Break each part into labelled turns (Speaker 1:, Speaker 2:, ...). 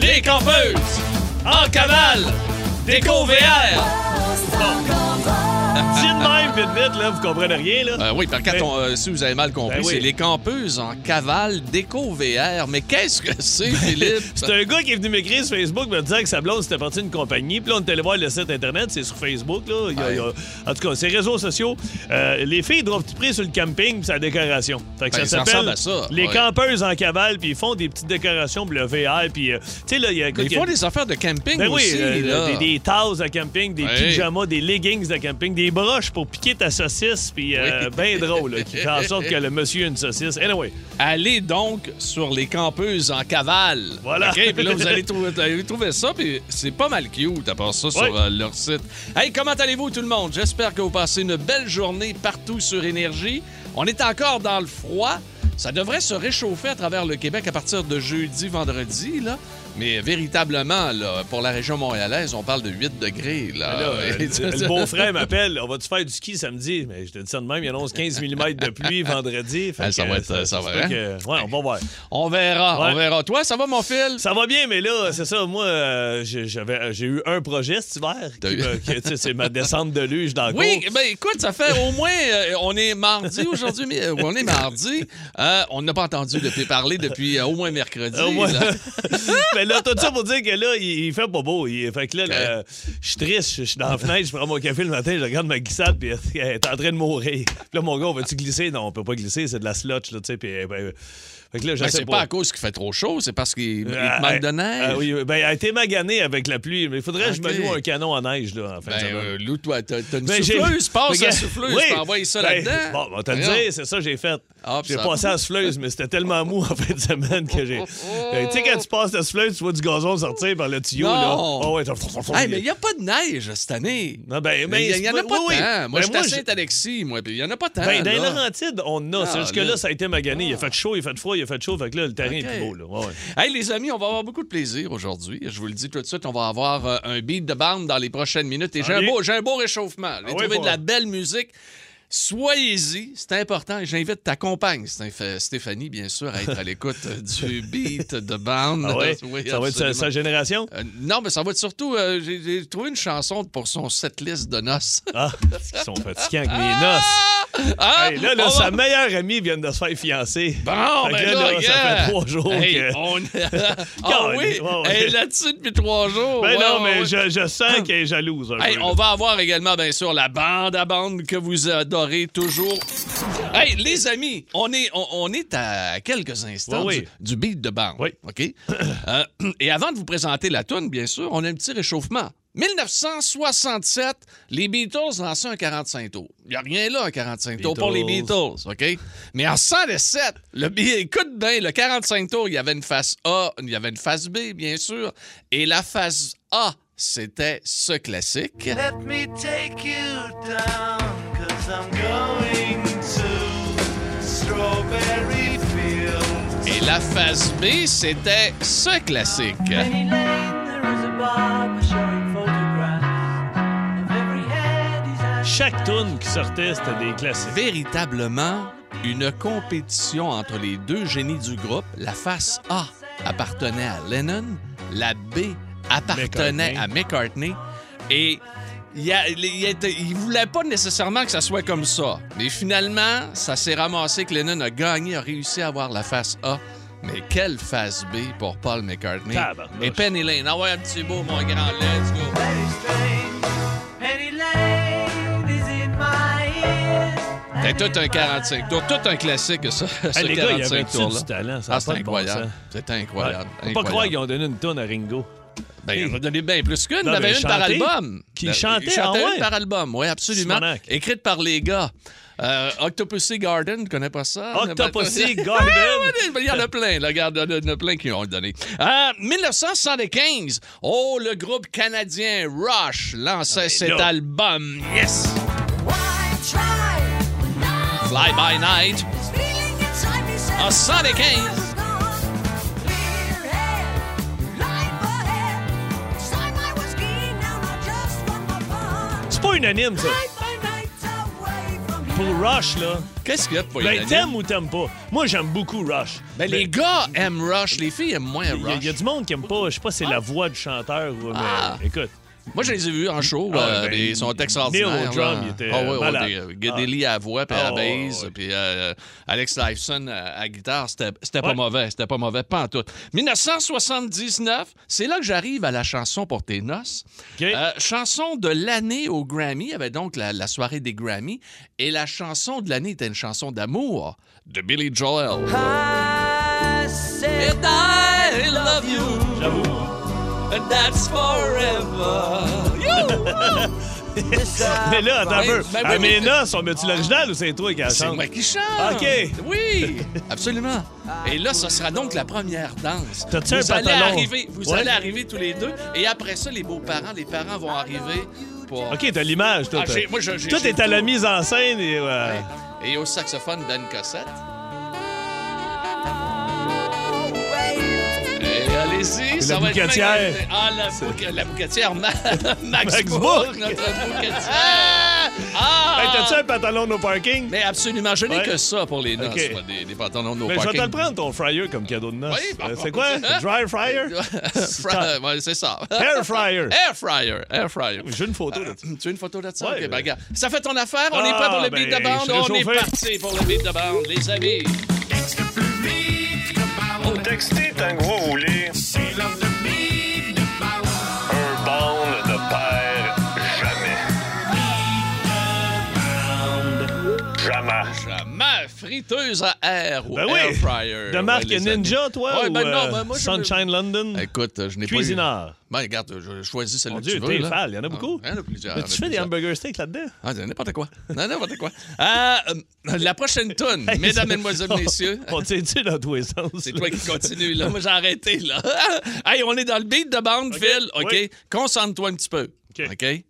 Speaker 1: Les campeuses! En cavale! Déco VR!
Speaker 2: Dis de même, vite, vite, là, vous comprenez rien, là.
Speaker 1: Euh, oui, par contre,
Speaker 2: Mais-
Speaker 1: on- euh, si vous avez mal compris,
Speaker 2: Ben oui.
Speaker 1: c'est les campeuses en cavale déco VR. Mais qu'est-ce que c'est, Philippe?
Speaker 2: Ben, C'est un gars qui est venu m'écrire sur Facebook me disant que sa blonde c'était partie d'une compagnie. Puis là, on est allé voir le site Internet, c'est sur Facebook. Là. Il y a- il y a- En tout cas, c'est réseaux sociaux. Euh, les filles doivent prix sur le camping puis sa décoration. Fait que
Speaker 1: Ben, ça
Speaker 2: ça s'appelle
Speaker 1: ressemble à ça,
Speaker 2: Les
Speaker 1: ouais.
Speaker 2: campeuses en cavale, puis ils font des petites décorations pour le VR. Puis, euh, tu sais, là, il y a.
Speaker 1: Mais
Speaker 2: écoute, il
Speaker 1: ils
Speaker 2: y a-
Speaker 1: font des affaires de camping
Speaker 2: ben oui,
Speaker 1: aussi.
Speaker 2: euh,
Speaker 1: là.
Speaker 2: des, des tasses à camping, des
Speaker 1: Ouais.
Speaker 2: pyjamas, des leggings de camping, des broches pour piquer ta saucisse, puis euh,
Speaker 1: Oui.
Speaker 2: ben drôle, là, qui fait en sorte que le monsieur a une saucisse. Anyway,
Speaker 1: Allez donc sur les campeuses en cavale.
Speaker 2: Voilà.
Speaker 1: OK, puis là, vous allez trouver, vous allez trouver ça, puis c'est pas mal cute à part ça sur
Speaker 2: Oui.
Speaker 1: euh, leur site. Hey, comment allez-vous tout le monde? J'espère que vous passez une belle journée partout sur Énergie. On est encore dans le froid. Ça devrait se réchauffer à travers le Québec à partir de jeudi, vendredi, là. Mais véritablement, là, pour la région montréalaise, on parle de 8 degrés, là.
Speaker 2: Là, euh,
Speaker 1: Et-
Speaker 2: le beau-frère m'appelle. On va-tu faire du ski samedi? Mais je te dis ça de même. Il annonce 15 mm de pluie vendredi. Fait
Speaker 1: Ah, ça
Speaker 2: que,
Speaker 1: va être-
Speaker 2: euh,
Speaker 1: ça
Speaker 2: se
Speaker 1: va,
Speaker 2: peut
Speaker 1: hein?
Speaker 2: que- ouais, on va voir.
Speaker 1: On verra,
Speaker 2: Ouais.
Speaker 1: on verra. Toi, ça va, mon fils?
Speaker 2: Ça va bien, mais là, c'est ça. Moi, euh, j'ai- j'avais, j'ai eu un projet cet hiver.
Speaker 1: T'as
Speaker 2: qui
Speaker 1: eu-
Speaker 2: me- que, tu sais, c'est ma descente de luge dans le
Speaker 1: Oui,
Speaker 2: cours.
Speaker 1: ben écoute, ça fait au moins. euh, on est mardi aujourd'hui, mais euh, on est mardi. Euh, on n'a pas entendu depuis parler depuis euh, au moins mercredi.
Speaker 2: Au moins. Ben,
Speaker 1: là.
Speaker 2: mais là, tout ça pour dire que là, il, il fait pas beau. Il, fait que là, là, je suis triste. Je je suis dans la fenêtre, je prends mon café le matin, je regarde ma glissade, puis elle est en train de mourir. Puis là, mon gars, on va-tu glisser? Non, on peut pas glisser, c'est de la slotch, là, tu sais. Puis, euh, ben, fait que là, je
Speaker 1: Ben,
Speaker 2: sais
Speaker 1: c'est pas à cause qu'il fait trop chaud, c'est parce qu'il il te
Speaker 2: Ah,
Speaker 1: manque de
Speaker 2: ah,
Speaker 1: neige.
Speaker 2: ah oui, ben, elle a été maganée avec la pluie, mais il faudrait que je
Speaker 1: Ok.
Speaker 2: me loue un canon en neige là, en fin de
Speaker 1: Ben,
Speaker 2: semaine.
Speaker 1: euh, Lou, toi, t'as t'as une
Speaker 2: Ben, j'ai-
Speaker 1: souffleuse, passe la
Speaker 2: Regarde-
Speaker 1: souffleuse,
Speaker 2: Oui.
Speaker 1: t'envoies ça
Speaker 2: Ben,
Speaker 1: là-dedans.
Speaker 2: Bon, on t'a dit,
Speaker 1: Voyons.
Speaker 2: c'est ça que j'ai fait.
Speaker 1: Ah, puis
Speaker 2: j'ai
Speaker 1: ça-
Speaker 2: passé à la souffleuse, mais c'était tellement mou en fin de semaine que j'ai. Euh, tu sais, quand tu passes la souffleuse, tu vois du gazon sortir par le tuyau. Là.
Speaker 1: Non.
Speaker 2: Oh, ouais, t'as-
Speaker 1: Hey, mais il n'y a pas de neige cette année.
Speaker 2: Non, ben, ben,
Speaker 1: Mais Il n'y en a
Speaker 2: c'est-
Speaker 1: pas
Speaker 2: oui, oui.
Speaker 1: tant.
Speaker 2: Ben,
Speaker 1: Moi, je suis à
Speaker 2: je-
Speaker 1: Saint-Alexis, moi, puis il n'y en a pas tant.
Speaker 2: Ben, dans les
Speaker 1: là.
Speaker 2: Laurentides, on a. c'est
Speaker 1: Ah,
Speaker 2: juste que
Speaker 1: là. Ah,
Speaker 2: là, ça a été magané. Il a fait chaud, il a fait froid, il a fait chaud. Fait que là, le terrain est
Speaker 1: Ok.
Speaker 2: plus beau. Là. Ouais, ouais.
Speaker 1: Hey les amis, on va avoir beaucoup de plaisir aujourd'hui. Je vous le dis tout de suite, on va avoir euh, un beat de bande dans les prochaines minutes et j'ai un,
Speaker 2: Allez.
Speaker 1: beau- j'ai un beau réchauffement. J'ai
Speaker 2: oui,
Speaker 1: trouvé
Speaker 2: bon.
Speaker 1: de la belle musique. Soyez-y, c'est important. Et J'invite ta compagne, Stéph- Stéphanie, bien sûr, à être à l'écoute euh, du beat de bande.
Speaker 2: Ah ouais?
Speaker 1: Oui,
Speaker 2: ça va être sa,
Speaker 1: absolument.
Speaker 2: sa génération?
Speaker 1: Euh, non, mais ça va être surtout. euh, j'ai- J'ai trouvé une chanson pour son setlist de noces.
Speaker 2: Ah, ils sont fatigants avec mes noces.
Speaker 1: Ah!
Speaker 2: Hey, là, là,
Speaker 1: On va-
Speaker 2: sa meilleure amie vient de se faire fiancer.
Speaker 1: Bon,
Speaker 2: Fait que
Speaker 1: ben
Speaker 2: là,
Speaker 1: là,
Speaker 2: là, ça
Speaker 1: yeah.
Speaker 2: fait trois jours
Speaker 1: Hey,
Speaker 2: que-
Speaker 1: on... ah oui,
Speaker 2: Ouais, ouais.
Speaker 1: elle est là-dessus depuis trois jours.
Speaker 2: Ben
Speaker 1: Ouais,
Speaker 2: non, mais
Speaker 1: ouais.
Speaker 2: je, je sens qu'elle est jalouse. un
Speaker 1: Hey,
Speaker 2: peu,
Speaker 1: on
Speaker 2: là.
Speaker 1: va avoir également, bien sûr, la bande à bande que vous adorez toujours. Hey, les amis, on est, on, on est à quelques instants
Speaker 2: Oui, oui.
Speaker 1: Du, du beat de bande.
Speaker 2: Oui.
Speaker 1: OK? Euh, et avant de vous présenter la toune, bien sûr, on a un petit réchauffement. 1967, les Beatles lançaient un 45 tours. Il n'y a rien là, un 45 tours pour les
Speaker 2: Beatles.
Speaker 1: Beatles. Beatles, OK? Mais en 107, le, bi- écoute bien, le 45 tours, il y avait une face A, il y avait une face B, bien sûr. Et la face A, c'était ce classique.
Speaker 3: Let me take you down, cause I'm going to Strawberry Fields.
Speaker 1: Et la face B, c'était ce classique.
Speaker 4: Penny Lane, there is a barber showing photographs of every head he's had.
Speaker 2: Chaque tune qui sortait, c'était des classiques.
Speaker 1: Véritablement une compétition entre les deux génies du groupe. La face A appartenait à Lennon, la B appartenait
Speaker 2: McCartney.
Speaker 1: à McCartney. Et il y a- il y a- il voulait pas nécessairement que ça soit comme ça. Mais finalement, ça s'est ramassé que Lennon a gagné, a réussi à avoir la face A. Mais quelle face B pour Paul McCartney.
Speaker 2: Tabarnouche.
Speaker 1: Et Penny Lane. Ah ouais, un petit beau, mon grand. Let's go.
Speaker 4: Very strange. Penny Lane is in my ears.
Speaker 1: T'as Ben, tout un 45 tours, tout un classique, ça. ce
Speaker 2: Hey, les gars, il y
Speaker 1: 45
Speaker 2: avait
Speaker 1: tours-là.
Speaker 2: du talent. Ça a
Speaker 1: Ah, c'est
Speaker 2: pas de bon
Speaker 1: incroyable.
Speaker 2: sens.
Speaker 1: C'est
Speaker 2: Ouais.
Speaker 1: incroyable.
Speaker 2: Faut pas croire
Speaker 1: incroyable.
Speaker 2: qu'ils ont donné une tune à Ringo.
Speaker 1: Ben, il en a donné bien plus qu'une. Il y
Speaker 2: Non,
Speaker 1: en avait
Speaker 2: mais
Speaker 1: une par
Speaker 2: chanter,
Speaker 1: album.
Speaker 2: qui
Speaker 1: Ben, il
Speaker 2: chantait,
Speaker 1: chantait
Speaker 2: ah
Speaker 1: une
Speaker 2: ouais?
Speaker 1: par album, oui, absolument.
Speaker 2: Simonac.
Speaker 1: Écrite par les gars. Euh, Octopussy Garden, tu connais pas ça?
Speaker 2: Octopussy
Speaker 1: Ben,
Speaker 2: Garden.
Speaker 1: ben, Il y en a plein, là, regarde, il y en a plein qui ont donné. Euh, 1975, oh, le groupe canadien Rush lançait cet
Speaker 2: Ah, ben là.
Speaker 1: album. Yes!
Speaker 5: Why try when I
Speaker 1: Fly by Night.
Speaker 5: was feeling inside me said
Speaker 1: En 75.
Speaker 5: was gone? Clear head, life ahead. Time I was keen, now I just want my fun.
Speaker 2: C'est pas unanime, ça.
Speaker 5: Drive my nights away from here.
Speaker 2: pour Rush, là,
Speaker 1: Qu'est-ce qu'il y a de pas
Speaker 2: ben,
Speaker 1: unanime?
Speaker 2: t'aimes ou t'aimes pas? Moi, j'aime beaucoup Rush.
Speaker 1: Ben, les gars aiment Rush, les filles aiment moins
Speaker 2: Il y, a- il
Speaker 1: Rush.
Speaker 2: y a du monde qui aime pas, je sais pas si c'est la voix du chanteur ou. mais
Speaker 1: Ah.
Speaker 2: écoute.
Speaker 1: Moi, je les ai vus en show.
Speaker 2: Ah,
Speaker 1: euh,
Speaker 2: ben,
Speaker 1: puis ils sont
Speaker 2: Neil
Speaker 1: extraordinaires.
Speaker 2: O'Drum,
Speaker 1: là.
Speaker 2: il était,
Speaker 1: Ah,
Speaker 2: euh,
Speaker 1: ouais, ouais,
Speaker 2: malade.
Speaker 1: des- euh, Guedelli à voix puis à
Speaker 2: Ah,
Speaker 1: la
Speaker 2: ouais,
Speaker 1: bass.
Speaker 2: ouais.
Speaker 1: Puis euh, Alex Lifeson à, à guitare. C'était c'était pas
Speaker 2: Ouais.
Speaker 1: mauvais. C'était pas mauvais, pas en tout. 1979, c'est là que j'arrive à la chanson pour tes noces.
Speaker 2: OK.
Speaker 1: Euh, chanson de l'année au Grammy. Il y avait donc la, la soirée des Grammy. Et la chanson de l'année était une chanson d'amour de Billy Joel.
Speaker 4: I said
Speaker 1: And I love you,
Speaker 2: J'avoue.
Speaker 1: and that's forever. You!
Speaker 4: this I
Speaker 2: Mais là, attends un
Speaker 1: Ben,
Speaker 2: peu.
Speaker 1: ben oui,
Speaker 2: à mes
Speaker 1: mais-
Speaker 2: noces, on met-tu l'original ou c'est toi qui la
Speaker 1: C'est
Speaker 2: chante?
Speaker 1: moi qui chante.
Speaker 2: OK.
Speaker 1: Oui, absolument. Et là, ce sera donc la première danse.
Speaker 2: T'as-tu un
Speaker 1: vous allez
Speaker 2: pantalon?
Speaker 1: arriver, vous
Speaker 2: Ouais.
Speaker 1: allez arriver tous les deux, et après ça, les beaux-parents, les parents vont arriver pour.
Speaker 2: OK, t'as l'image, toi.
Speaker 1: Ah,
Speaker 2: t'as-
Speaker 1: j'ai- moi, je- j'ai-
Speaker 2: Toi,
Speaker 1: j'ai
Speaker 2: t'es à la
Speaker 1: tout.
Speaker 2: mise en scène et. euh,
Speaker 1: Et au saxophone, Dan Cossette. Et allez-y, ça va être
Speaker 2: bouquetière.
Speaker 1: magnifique. Ah, la, bouc- la bouquetière, Ma- Max,
Speaker 2: Max
Speaker 1: Bourque,
Speaker 2: Bourque.
Speaker 1: notre bouquetière. Ah!
Speaker 2: Hey, t'as-tu un pantalon au parking?
Speaker 1: Mais absolument, je n'ai
Speaker 2: Ouais.
Speaker 1: que ça pour les noces,
Speaker 2: Ok.
Speaker 1: moi, des, des pantalons de nos
Speaker 2: Mais Ben, je vais
Speaker 1: parkings.
Speaker 2: te le prendre, ton fryer, comme cadeau de noces.
Speaker 1: Oui, bah, Hein?
Speaker 2: Euh,
Speaker 1: bon.
Speaker 2: c'est quoi? Dry fryer?
Speaker 1: Fra- ouais, c'est ça.
Speaker 2: Air fryer.
Speaker 1: Air fryer. Air fryer.
Speaker 2: J'ai une photo de
Speaker 1: Tu veux une photo de ça?
Speaker 2: Ouais,
Speaker 1: Ok,
Speaker 2: ben-
Speaker 1: ben, regarde. Ça fait ton affaire. On est
Speaker 2: Ah,
Speaker 1: prêt pour le
Speaker 2: ben,
Speaker 1: beat de bande.
Speaker 2: je
Speaker 1: On
Speaker 2: suis
Speaker 1: est
Speaker 2: réchauffé.
Speaker 1: parti pour le beat de bande, les amis.
Speaker 6: Texter est un gros roulé. Un bande de père jamais. Jamais.
Speaker 1: Jamais friteuse à air ou
Speaker 2: Ben
Speaker 1: air
Speaker 2: oui.
Speaker 1: fryer.
Speaker 2: De
Speaker 1: Ouais,
Speaker 2: marque
Speaker 1: les
Speaker 2: Ninja,
Speaker 1: amis.
Speaker 2: toi?
Speaker 1: Ouais,
Speaker 2: ou,
Speaker 1: ben non,
Speaker 2: euh,
Speaker 1: ben moi, je-
Speaker 2: Sunshine London?
Speaker 1: Écoute, euh, je n'ai pas. eu-
Speaker 2: Cuisinard.
Speaker 1: Ben, regarde, je je choisis
Speaker 2: Mon
Speaker 1: celle-là que
Speaker 2: Dieu,
Speaker 1: tu veux.
Speaker 2: t'es
Speaker 1: là.
Speaker 2: fan, il y en a beaucoup.
Speaker 1: Ah, Il y en a plusieurs.
Speaker 2: Mais
Speaker 1: il
Speaker 2: tu
Speaker 1: y en a
Speaker 2: fais des
Speaker 1: plusieurs.
Speaker 2: hamburger steaks là-dedans?
Speaker 1: Ah, c'est n'importe quoi. Non, n'importe quoi. Euh, euh, la prochaine toune, mesdames, mesdemoiselles, messieurs.
Speaker 2: On tire-tu dans tous les sens?
Speaker 1: C'est toi qui continue, là. Moi, j'ai arrêté, là. hey, on est dans le beat de bande,
Speaker 2: OK,
Speaker 1: Phil. OK?
Speaker 2: oui.
Speaker 1: Concentre-toi un petit peu.
Speaker 2: OK.
Speaker 1: OK?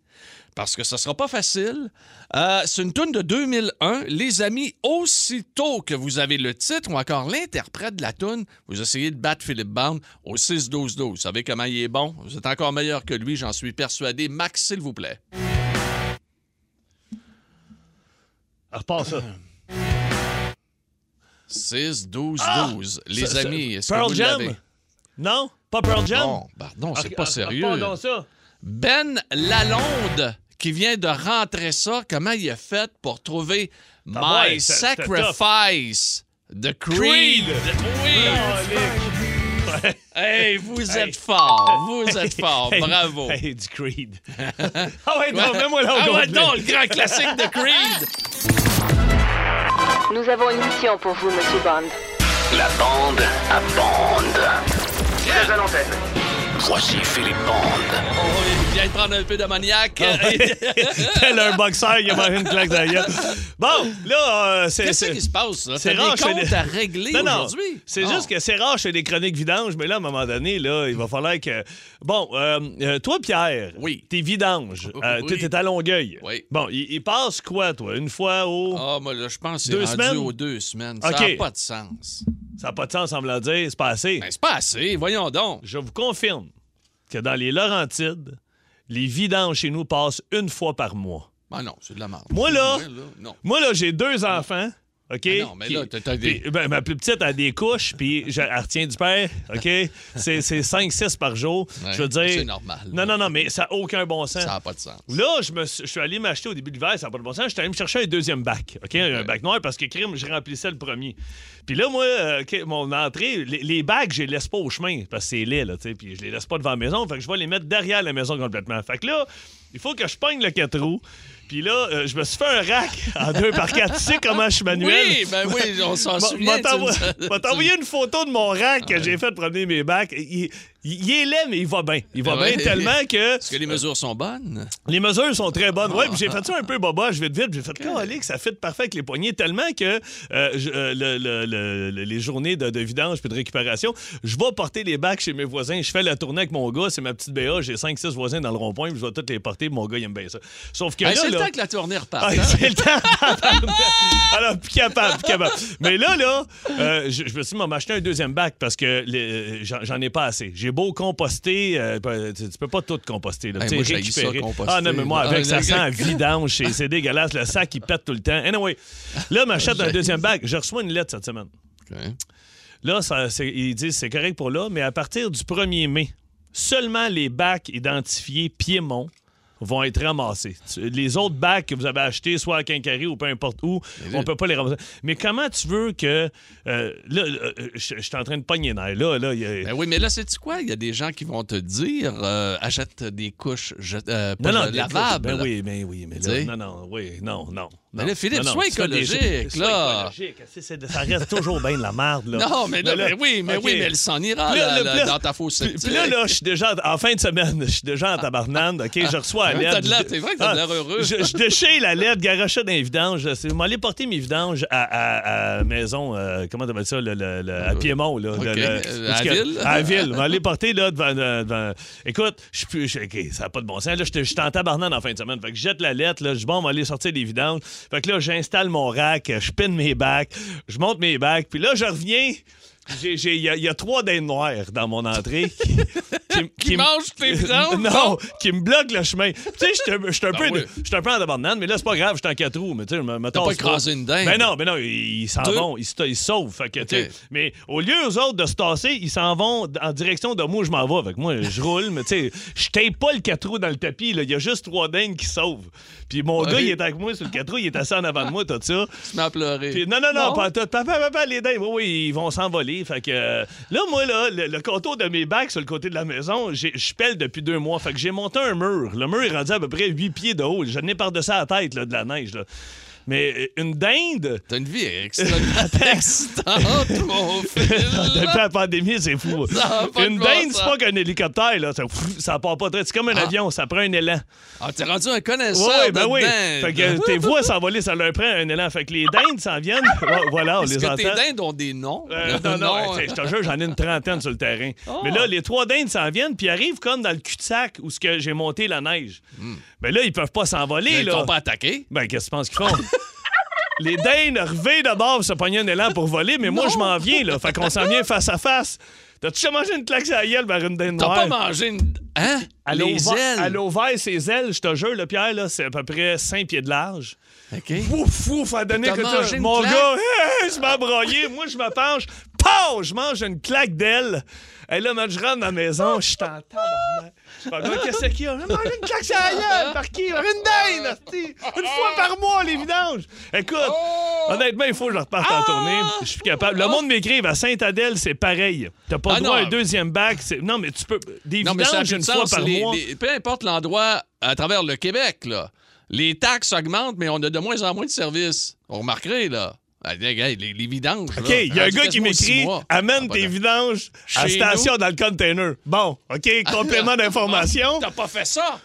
Speaker 1: Parce que ça sera pas facile. Euh, c'est une tune de 2001. Les amis, aussitôt que vous avez le titre ou encore l'interprète de la tune, vous essayez de battre Philippe Bande au 6-12-12. Vous savez comment il est bon? Vous êtes encore meilleur que lui, j'en suis persuadé. Max, s'il vous plaît.
Speaker 2: Ah, repars ça.
Speaker 1: 6-12-12. Les
Speaker 2: Ah! Ça, ça-
Speaker 1: amis, est-ce que
Speaker 2: Pearl
Speaker 1: vous
Speaker 2: Jam?
Speaker 1: l'avez?
Speaker 2: Non? Pas Pearl Jam?
Speaker 1: Bon, pardon, c'est
Speaker 2: Ah,
Speaker 1: pas
Speaker 2: ah,
Speaker 1: sérieux.
Speaker 2: repars dans ça.
Speaker 1: Ben Lalonde qui vient de rentrer ça, comment il a fait pour trouver
Speaker 2: Ah
Speaker 1: My
Speaker 2: ouais, c'est- c'était
Speaker 1: Sacrifice de Creed?
Speaker 2: Creed.
Speaker 1: Oui! Hey, vous êtes fort! Vous êtes fort!
Speaker 2: Hey,
Speaker 1: Bravo!
Speaker 2: Hey, du Creed. ah ouais, non, mets-moi là au
Speaker 1: Ah
Speaker 2: complet.
Speaker 1: ouais, donc, le grand classique de Creed!
Speaker 7: Nous avons une mission pour vous, Monsieur Bond.
Speaker 8: La bande à bande.
Speaker 1: Très
Speaker 8: à l'antenne. Voici Philippe Bande.
Speaker 1: On vient de prendre un peu de maniaque.
Speaker 2: Ah Tel un boxeur qui a mangé une claque derrière. Bon, là, euh, c'est.
Speaker 1: Qu'est-ce
Speaker 2: c'est-
Speaker 1: qui se passe, là?
Speaker 2: c'est
Speaker 1: T'as des
Speaker 2: rare, c'est
Speaker 1: comptes
Speaker 2: des-
Speaker 1: à régler
Speaker 2: Non, non.
Speaker 1: aujourd'hui? Ah.
Speaker 2: C'est
Speaker 1: Non.
Speaker 2: juste que c'est rare chez les chroniques vidanges, mais là, à un moment donné, là, il va falloir que. Bon, euh, euh, toi, Pierre,
Speaker 1: Oui.
Speaker 2: t'es vidange. Euh,
Speaker 1: Oui.
Speaker 2: t'es- T'es à Longueuil.
Speaker 1: Oui.
Speaker 2: Bon, il, il passe quoi, toi? Une fois au.
Speaker 1: Ah, moi, là, je pense que c'est
Speaker 2: Oh. Deux
Speaker 1: rendu
Speaker 2: semaines?
Speaker 1: aux deux semaines. Ça n'a
Speaker 2: OK.
Speaker 1: pas de sens.
Speaker 2: Ça n'a pas de sens, semblant dire. C'est pas assez.
Speaker 1: Ben, c'est pas assez, voyons donc.
Speaker 2: Je vous confirme que dans les Laurentides, les vidanges chez nous passent une fois par mois.
Speaker 1: Ah non, c'est de la merde.
Speaker 2: Moi, là-
Speaker 1: Ouais, non.
Speaker 2: Moi, là, j'ai deux enfants. OK?
Speaker 1: Ah non, mais
Speaker 2: qui-
Speaker 1: là, t'as- t'as des-
Speaker 2: puis, ben, ma plus petite a des couches, puis je- elle retient du père. OK? C'est 5-6 par jour.
Speaker 1: Ouais,
Speaker 2: je veux dire.
Speaker 1: c'est normal.
Speaker 2: Non, non, non, mais ça n'a aucun bon sens.
Speaker 1: Ça n'a pas de sens.
Speaker 2: Là, je, me suis, je suis allé m'acheter au début de l'hiver, ça n'a pas de bon sens. J'étais allé me chercher un deuxième bac, OK? Un bac noir parce que crime, je remplissais le premier. Puis là, moi, euh, OK, mon entrée, les, les bacs, je les laisse pas au chemin parce que c'est laid, là, tu sais. Puis je les laisse pas devant la maison. Fait que je vais les mettre derrière la maison complètement. Fait que là, il faut que je peigne le 4 roues. Puis là, euh, je me suis fait un rack en 2 par 4 Tu sais comment je suis manuel?
Speaker 1: Oui, ben oui, on s'en
Speaker 2: M'a-
Speaker 1: souvient.
Speaker 2: m'a
Speaker 1: tu
Speaker 2: t'envo-
Speaker 1: nous-
Speaker 2: m'a t'envoyé une photo de mon rack que j'ai fait promener mes bacs. Il, il- il est laid, mais il va bien. Il va
Speaker 1: Ben Ouais.
Speaker 2: bien tellement que.
Speaker 1: Est-ce que les mesures sont bonnes?
Speaker 2: Les mesures sont très bonnes.
Speaker 1: Ah.
Speaker 2: Ouais, puis j'ai fait ça un peu boboche, vite, vite. J'ai fait que ça fit parfait avec les poignées tellement que euh, je- euh, le- le- le- le- les journées de, de vidange puis de récupération, je vais porter les bacs chez mes voisins. Je fais la tournée avec mon gars, c'est ma petite BA, j'ai 5-6 voisins dans le rond-point, puis je vais toutes les porter. Mon gars, il aime bien ça. Sauf que
Speaker 1: Hey,
Speaker 2: là.
Speaker 1: Ben, c'est le
Speaker 2: là-
Speaker 1: temps que la tournée
Speaker 2: ah,
Speaker 1: reparte. hein?
Speaker 2: c'est le temps. Alors, plus capable, plus capable. Mais là, là, euh, je, je me suis dit, m'en acheter un deuxième bac parce que les- euh, j'en j'en ai pas assez. J'ai beau composter, euh, ben, tu, tu peux pas tout composter. Là,
Speaker 1: Hey,
Speaker 2: Tu sais,
Speaker 1: moi, j'haïs ça,
Speaker 2: récupérer.
Speaker 1: composter.
Speaker 2: Ah non, mais moi,
Speaker 1: Ah,
Speaker 2: avec, ça
Speaker 1: le-
Speaker 2: sent à vidange. c'est- C'est dégueulasse. Le sac, il pète tout le temps. Anyway, là, m'achète un
Speaker 1: J'haïs
Speaker 2: deuxième bac. Je reçois une lettre cette semaine. Là, ça, c'est- ils disent c'est correct pour là, mais à partir du 1er mai, seulement les bacs identifiés Piémont vont être ramassés. Tu- Les autres bacs que vous avez achetés, soit à Quincarie ou peu importe où, on peut pas les ramasser. Mais comment tu veux que... euh, là, euh, je je suis en train de pogner les nerfs. Là, là, il y a-
Speaker 1: Ben oui, mais là, c'est quoi? Il y a des gens qui vont te dire euh, achète des couches jetables, euh, pas
Speaker 2: non,
Speaker 1: de-
Speaker 2: des-
Speaker 1: lavables.
Speaker 2: Ben oui, ben oui, mais
Speaker 1: Tu sais?
Speaker 2: là, non, non, oui, non, non.
Speaker 1: Mais
Speaker 2: non,
Speaker 1: là, Philippe,
Speaker 2: non, non,
Speaker 1: sois
Speaker 2: tu fais des-
Speaker 1: écologique,
Speaker 2: sois
Speaker 1: là.
Speaker 2: écologique. C'est- c'est- Ça reste toujours bien de la merde, là.
Speaker 1: Non, mais, là,
Speaker 2: là-
Speaker 1: mais oui, mais
Speaker 2: OK.
Speaker 1: oui, mais elle s'en ira
Speaker 2: Puis là,
Speaker 1: là,
Speaker 2: le-
Speaker 1: là,
Speaker 2: puis là-
Speaker 1: dans ta fausse
Speaker 2: Puis, puis là, là, je suis déjà en- en fin de semaine, je suis déjà en tabarnane. OK, je reçois la
Speaker 1: Ouais,
Speaker 2: lettre.
Speaker 1: t'as de l'air- t'es vrai que t'as de l'air
Speaker 2: Ah,
Speaker 1: heureux.
Speaker 2: Je, je déchire la lettre, garochais dans les vidanges. Je m'allais porter mes vidanges à, à- à maison, euh, comment t'appelles ça, le, le- le- à Piémont, là. le-
Speaker 1: OK,
Speaker 2: le-
Speaker 1: euh, à
Speaker 2: où est-ce que-
Speaker 1: Ville?
Speaker 2: À la ville. M'allais porter, là, devant. euh, devant- Écoute, je suis plus. je- OK, ça n'a pas de bon sens. Là, je suis en tabarnane en fin de semaine. Fait que je jette la lettre, là. Je dis, bon, on va aller sortir les vidanges. Fait que là, j'installe mon rack, je pine mes bacs, je monte mes bacs. Puis là, je reviens. J'ai- j'ai- Il y, a- il y a trois dindes noires dans mon entrée qui, qui-
Speaker 1: Qui
Speaker 2: me-
Speaker 1: mangent tes Ah vidanges?
Speaker 2: Euh, Non, qui me bloquent le chemin. Tu sais, je suis un- je suis un, peu
Speaker 1: oui.
Speaker 2: de- je suis un peu en abandonnade, mais là, c'est pas grave, je suis en quatre roues. Mais tu sais, je me- me
Speaker 1: T'as pas
Speaker 2: tasse
Speaker 1: écrasé une dinde.
Speaker 2: Mais Ben non, mais non, ils ils s'en
Speaker 1: Deux.
Speaker 2: vont, ils se, ils se sauvent. Fait que, tu sais,
Speaker 1: OK.
Speaker 2: mais au lieu, eux autres, de se tasser, ils s'en vont d- en direction de moi, où je m'en vais. Fait que moi, je roule, mais tu sais, je tape pas le quatre roues dans le tapis. là. Il y a juste trois dindes qui se sauvent. Puis mon
Speaker 1: Ouais.
Speaker 2: gars, il est avec moi sur le quatre roues, il est assis en avant de moi, tout ça.
Speaker 1: Tu m'as pleuré.
Speaker 2: Puis non, non, non, pas en tout. Papa, papa, les dindes, oui, oui, ils vont s'envoler. Fait que euh, là, moi, là, le, le contour de mes bacs sur le côté de la maison, j'ai- je pèle depuis deux mois. Fait que j'ai monté un mur. Le mur est rendu à peu près 8 pieds de haut. Je n'ai par-dessus la tête là, de la neige. Là. Mais euh, une dinde.
Speaker 1: T'as une vie extrêmement excitante, Ah, mon
Speaker 2: Depuis
Speaker 1: fils.
Speaker 2: la pandémie, c'est fou.
Speaker 1: Ça a pas de
Speaker 2: Une
Speaker 1: bon
Speaker 2: dinde,
Speaker 1: sens.
Speaker 2: c'est pas qu'un hélicoptère, là. Ça, pff, ça part pas très. C'est comme un
Speaker 1: Ah.
Speaker 2: avion, ça prend un élan.
Speaker 1: Ah, t'es rendu un connaisseur
Speaker 2: Oui, ben
Speaker 1: de
Speaker 2: oui.
Speaker 1: dindes.
Speaker 2: Fait que tes voix s'envoler, ça leur prend un élan. Fait que les dindes s'en viennent. Ouais, voilà, on
Speaker 1: Est-ce
Speaker 2: les
Speaker 1: que tes
Speaker 2: entend.
Speaker 1: dindes ont des noms?
Speaker 2: Euh, non, non, hey, je te jure, j'en ai une trentaine sur le terrain. Mais
Speaker 1: Oh.
Speaker 2: là, les trois dindes s'en viennent, puis arrivent comme dans le cul-de-sac où ce que j'ai monté la neige.
Speaker 1: Hmm.
Speaker 2: Mais là, ils peuvent pas s'envoler.
Speaker 1: Ils
Speaker 2: là.
Speaker 1: t'ont pas attaqué?
Speaker 2: Ben, qu'est-ce que tu penses qu'ils font? Les dindes revêtent de bord, se pognaient un élan pour voler, mais moi, je m'en viens, là. Fait qu'on s'en vient face à face. T'as-tu déjà mangé une claque sur la gueule par une dinde
Speaker 1: T'as
Speaker 2: noire?
Speaker 1: pas mangé une... Hein?
Speaker 2: Elle a
Speaker 1: Les
Speaker 2: ouvert- Elle
Speaker 1: ailes.
Speaker 2: a ouvert ses ailes, je te jure, le Pierre, là, c'est à peu près 5 pieds de large.
Speaker 1: OK.
Speaker 2: Ouf, ouf, à donner
Speaker 1: T'as
Speaker 2: que
Speaker 1: mangé
Speaker 2: ça.
Speaker 1: une
Speaker 2: Mon
Speaker 1: claque?
Speaker 2: gars, hey, je m'ai broyé. Moi, je me penche. Pow! Je mange une claque d'aile. Et là, man, je rentre dans la maison, je t'entends. Qu'est-ce qu'il y a? J'ai mangé une claque sur la gueule. Par qui? Par une dinde, hostie. Une fois par mois, les vidanges. Écoute, honnêtement, il faut que je reparte en tournée. Je suis plus capable. Le monde m'écrive à Saint-Adèle, c'est pareil. T'as pas
Speaker 1: Ah,
Speaker 2: droit à
Speaker 1: non.
Speaker 2: un deuxième bac. c'est- Non, mais tu peux. Des
Speaker 1: Non, mais ça a
Speaker 2: vidanges
Speaker 1: plus de
Speaker 2: une fois
Speaker 1: sens.
Speaker 2: par
Speaker 1: Les-
Speaker 2: mois.
Speaker 1: les- peu importe l'endroit à travers le Québec, là, les taxes augmentent, mais on a de moins en moins de services. On remarquerait, là. Ah, Les, les- les vidanges.
Speaker 2: OK, il y a un gars qui m'écrit Amène tes
Speaker 1: vidanges.
Speaker 2: vidanges à
Speaker 1: Ah, Chez
Speaker 2: station dans le container. Bon, OK, complément d'information.
Speaker 1: T'as pas fait ça?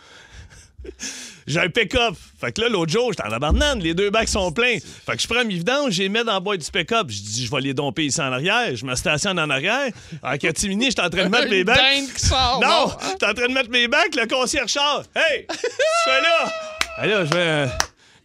Speaker 2: J'ai un pick-up. Fait que là, l'autre jour, j'étais en abandonne. Les deux bacs sont pleins. Fait que je prends mes vidanges, je les mets dans la boîte du pick-up. Je dis, je vais les domper ici en arrière. Je me stationne en arrière. En catimini, j'étais en train de mettre mes
Speaker 1: Une
Speaker 2: bacs.
Speaker 1: dinde qui sort.
Speaker 2: Non,
Speaker 1: hein?
Speaker 2: j'étais en train de mettre mes bacs. Le concierge sort. Hey, tu fais là? Ah là, je vais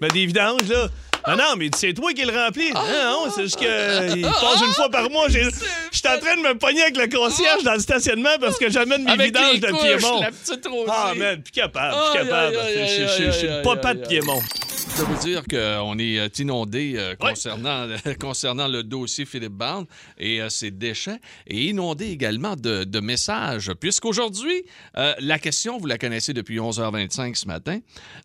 Speaker 2: mettre des vidanges, là. Non, non, mais c'est toi qui le remplis.
Speaker 1: Ah.
Speaker 2: Non, non, c'est juste qu'il passe une fois par mois. J'ai- J'étais en train de me pogner avec le concierge dans le stationnement parce que j'amène mes
Speaker 1: Avec
Speaker 2: vidanges
Speaker 1: les
Speaker 2: de
Speaker 1: couches,
Speaker 2: Piémont.
Speaker 1: la petite rosée.
Speaker 2: Ah, man, plus capable, plus
Speaker 1: Aïe,
Speaker 2: capable.
Speaker 1: aïe,
Speaker 2: Je-
Speaker 1: aïe,
Speaker 2: je-
Speaker 1: aïe,
Speaker 2: je- Je suis
Speaker 1: aïe,
Speaker 2: le papa
Speaker 1: aïe,
Speaker 2: de
Speaker 1: aïe.
Speaker 2: Piémont.
Speaker 1: Je dois vous dire qu'on est inondé euh, concernant, concernant le dossier Philippe Barnes et euh, ses déchets, et inondé également de, de messages, puisqu'aujourd'hui, euh, la question, vous la connaissez depuis 11h25 ce matin,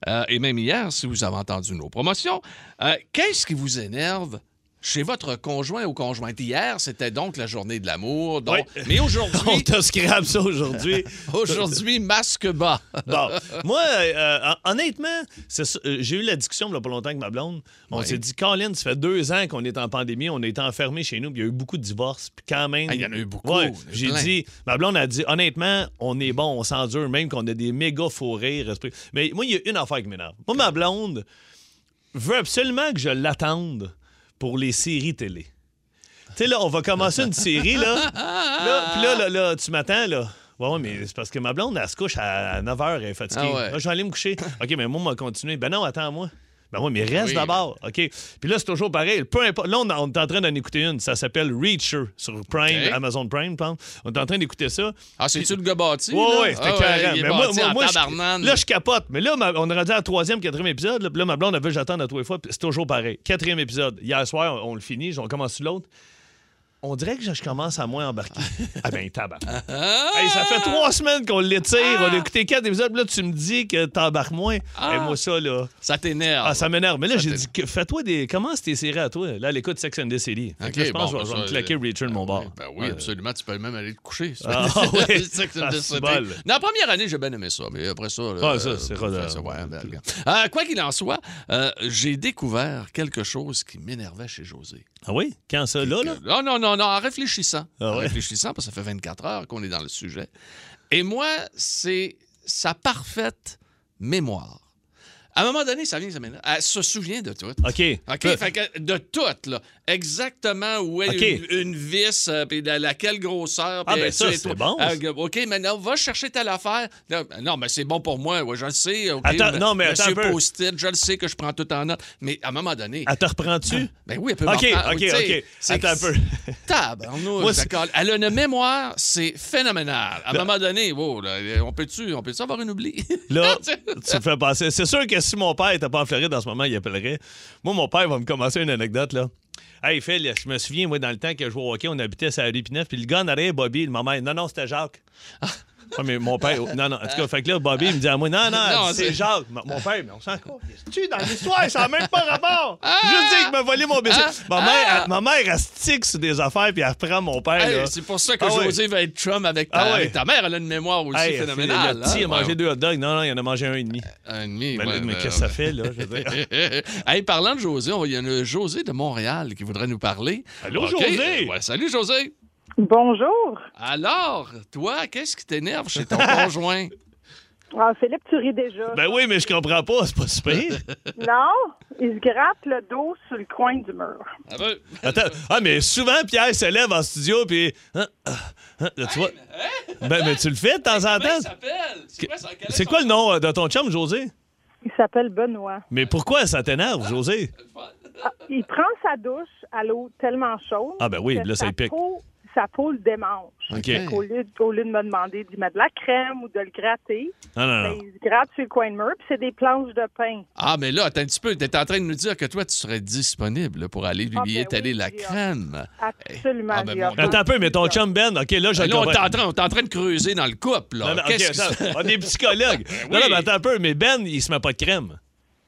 Speaker 1: euh, et même hier, si vous avez entendu nos promotions, euh, qu'est-ce qui vous énerve chez votre conjoint ou conjointe? Hier, c'était donc la journée de l'amour, donc-
Speaker 2: Oui.
Speaker 1: mais
Speaker 2: On
Speaker 1: aujourd'hui,
Speaker 2: te scrape ça aujourd'hui.
Speaker 1: aujourd'hui, masque bas.
Speaker 2: Bon, moi, euh, hon- honnêtement, c'est ça, euh, j'ai eu la discussion il y a pas longtemps avec ma blonde. On
Speaker 1: Ouais.
Speaker 2: s'est dit, Colin, ça fait deux ans qu'on est en pandémie, on est enfermés chez nous, puis il y a eu beaucoup de divorces, puis quand même.
Speaker 1: Ah, il y en a eu beaucoup, il y
Speaker 2: Ouais,
Speaker 1: en a eu
Speaker 2: j'ai
Speaker 1: plein.
Speaker 2: dit, ma blonde a dit, honnêtement, on est bon, on s'endure, même qu'on a des méga faux rires. esprit- Mais moi, il y a une affaire qui m'énerve. Moi, ma blonde veut absolument que je l'attende pour les séries télé. Tu sais, là, on va commencer une série, là. Là, puis là, là, là, tu m'attends, là. Ouais, ouais, mais c'est parce que ma blonde, elle se couche à 9h, elle est fatiguée.
Speaker 1: Ah ouais.
Speaker 2: Là, je vais aller me coucher. OK, mais moi, on va continuer. Ben non, attends-moi. Ben oui, mais reste
Speaker 1: Oui.
Speaker 2: d'abord. OK. Puis là, c'est toujours pareil. Peu importe. Là, on, on est en train d'en écouter une. Ça s'appelle Reacher sur Prime,
Speaker 1: OK.
Speaker 2: Amazon Prime, je pense. On est en train d'écouter ça.
Speaker 1: Ah, c'est-tu le gars bâti?
Speaker 2: Oui,
Speaker 1: là?
Speaker 2: oui, c'était
Speaker 1: Ah,
Speaker 2: carré.
Speaker 1: il est
Speaker 2: Mais
Speaker 1: bâti en
Speaker 2: je-
Speaker 1: tabarnane.
Speaker 2: là, je capote. Mais là, ma- on est rendu à la troisième, quatrième épisode. Là, Puis là, ma blonde, elle veut que j'attende à tous les fois. Puis c'est toujours pareil. Quatrième épisode. Hier soir, on, on le finit. On commence sur l'autre. On dirait que je je commence à moins embarquer. ah ben, tabac.
Speaker 1: Ah!
Speaker 2: Hey, ça fait trois semaines qu'on l'étire. On a écouté quatre épisodes. Puis Là, tu me dis que t'embarques moins.
Speaker 1: Ah.
Speaker 2: Et moi, ça, là.
Speaker 1: Ça t'énerve.
Speaker 2: Ah, ça m'énerve. Mais là,
Speaker 1: Ça
Speaker 2: j'ai
Speaker 1: t'énerve.
Speaker 2: dit, que- fais-toi des. Commence tes séries à toi. Là, à l'écoute Sex and the City. Fait que
Speaker 1: OK,
Speaker 2: là, je pense
Speaker 1: bon,
Speaker 2: que je vais- je
Speaker 1: ben,
Speaker 2: vais me
Speaker 1: ça,
Speaker 2: claquer Reacher de mon bord.
Speaker 1: Ben oui, absolument. Tu peux même aller te coucher.
Speaker 2: Ah,
Speaker 1: C'est-
Speaker 2: oui.
Speaker 1: c'est que tu me
Speaker 2: Ah,
Speaker 1: dis
Speaker 2: c'est
Speaker 1: ça.
Speaker 2: bol.
Speaker 1: Dans la première année, j'ai bien aimé ça. Mais après ça. là,
Speaker 2: Ah, ça,
Speaker 1: euh,
Speaker 2: c'est rodeur.
Speaker 1: ça, ouais, ben, regarde. Euh, quoi qu'il en soit, euh, j'ai découvert quelque chose qui m'énervait chez José.
Speaker 2: Ah oui? Quand ça, là, là?
Speaker 1: Non, non, non, non, en réfléchissant.
Speaker 2: Ah
Speaker 1: En
Speaker 2: ouais?
Speaker 1: réfléchissant, parce que ça fait 24 heures qu'on est dans le sujet. Et moi, c'est sa parfaite mémoire. À un moment donné, ça vient, ça m'énerve. Elle se souvient de tout.
Speaker 2: OK.
Speaker 1: OK,
Speaker 2: Là,
Speaker 1: fait que de tout, là. Exactement où est
Speaker 2: OK.
Speaker 1: une, une vis, euh, puis de laquelle grosseur. puis
Speaker 2: Ah, ben
Speaker 1: est-ce
Speaker 2: ça,
Speaker 1: que-
Speaker 2: c'est bon,
Speaker 1: Ah, OK, maintenant, va chercher telle affaire. Non, non, mais c'est bon pour moi, ouais, je le sais. OK,
Speaker 2: Attends,
Speaker 1: mais-
Speaker 2: non, mais attends
Speaker 1: Monsieur
Speaker 2: un peu.
Speaker 1: Post-it, je le sais que je prends tout en note. Mais à un moment donné,
Speaker 2: Elle te reprends-tu?
Speaker 1: ben oui, elle peut m'en
Speaker 2: OK,
Speaker 1: prendre,
Speaker 2: OK,
Speaker 1: tu sais,
Speaker 2: OK.
Speaker 1: c'est
Speaker 2: Attends un
Speaker 1: que-
Speaker 2: peu.
Speaker 1: Tabarnouche,
Speaker 2: Moi,
Speaker 1: ça
Speaker 2: c'est- Ben-
Speaker 1: colle. Elle a une mémoire, c'est phénoménal. À un moment donné, wow, là, on peut-tu peut avoir une oubli?
Speaker 2: Là, ben tu me fais passer. C'est sûr que si mon père était pas en Floride en ce moment, il appellerait. Moi, mon père va me commencer une anecdote, là. Hey, Phil, je me souviens, moi, dans le temps que je jouais au hockey, on habitait sur la rue Pinette, puis le gars en arrière, Bobby, le maman, non, non, c'était Jacques. Ah, mais mon père, non, non, en tout cas, fait que là, Bobby, il me dit à moi, non, non,
Speaker 1: Non,
Speaker 2: c'est
Speaker 1: c'est-
Speaker 2: Jacques. Mon mon père, mais on s'en quoi? tu dans l'histoire, ça n'a même pas rapport.
Speaker 1: Ah!
Speaker 2: Juste dire qu'il m'a volé mon bébé. Ma mère, elle, ma mère, elle stick sur des affaires, puis elle reprend mon père,
Speaker 1: Hey,
Speaker 2: là.
Speaker 1: c'est pour ça que
Speaker 2: Ah ouais.
Speaker 1: José va être Trump avec ta,
Speaker 2: Ah ouais.
Speaker 1: avec ta mère. Elle a une mémoire aussi
Speaker 2: Hey,
Speaker 1: phénoménale.
Speaker 2: Le petit, il a
Speaker 1: hein?
Speaker 2: mangé
Speaker 1: Ouais.
Speaker 2: deux hot dogs. Non, non, il en a mangé un et demi.
Speaker 1: Un demi,
Speaker 2: Ben là,
Speaker 1: ouais,
Speaker 2: mais
Speaker 1: ben,
Speaker 2: qu'est-ce que ça hein? fait, là? Je veux dire.
Speaker 1: hey, parlant de José, on- il y a un José de Montréal qui voudrait nous parler.
Speaker 2: Allô,
Speaker 1: OK.
Speaker 2: José!
Speaker 1: Ouais, salut, José!
Speaker 9: Bonjour.
Speaker 1: Alors, toi, qu'est-ce qui t'énerve chez ton conjoint?
Speaker 9: Ah, Philippe, tu ris déjà.
Speaker 2: Ben oui, mais je comprends pas, c'est pas super.
Speaker 9: Non, il se gratte le dos sur le coin du mur.
Speaker 1: Ah ben,
Speaker 2: Attends, ah, mais souvent, Pierre se lève en studio, puis. hein, ah, hein, là, tu vois.
Speaker 1: hein?
Speaker 2: Ben, mais tu le fais de temps en
Speaker 1: comment il
Speaker 2: temps.
Speaker 1: s'appelle? C'est quoi, ça- quel est
Speaker 2: C'est
Speaker 1: ben, son-
Speaker 2: quoi le nom euh, de ton chum, José?
Speaker 9: Il s'appelle Benoît.
Speaker 2: Mais pourquoi ça t'énerve, José?
Speaker 9: Ah, Il prend sa douche à l'eau tellement chaude.
Speaker 2: Ah ben oui,
Speaker 9: que
Speaker 2: là, ça
Speaker 9: sa
Speaker 2: y pique.
Speaker 9: peau- Sa peau le démange.
Speaker 1: OK.
Speaker 9: Au lieu, au lieu de me demander d'y mettre de la crème ou de le gratter,
Speaker 2: Non, non,
Speaker 9: ben,
Speaker 2: non.
Speaker 9: il se gratte sur le coin de mur, puis c'est des planches de pain.
Speaker 1: Ah, mais là, attends un petit peu. T'es en train de nous dire que toi, tu serais disponible pour aller lui
Speaker 9: Ah, ben
Speaker 1: étaler
Speaker 9: oui,
Speaker 1: la
Speaker 9: j'ai hâte.
Speaker 1: crème.
Speaker 9: Absolument.
Speaker 1: Ah, ben,
Speaker 9: Guillaume.
Speaker 1: mon Dieu.
Speaker 2: Attends un peu, mais ton chum Ben, OK, là, je
Speaker 1: Là, on
Speaker 2: comprends.
Speaker 1: est en train, on est en train de creuser dans le couple. Là.
Speaker 2: Non, non, ok,
Speaker 1: Qu'est-ce que
Speaker 2: attends,
Speaker 1: c'est- ben
Speaker 2: on est psychologue. Non, non, mais attends un peu, mais Ben, il se met pas de crème.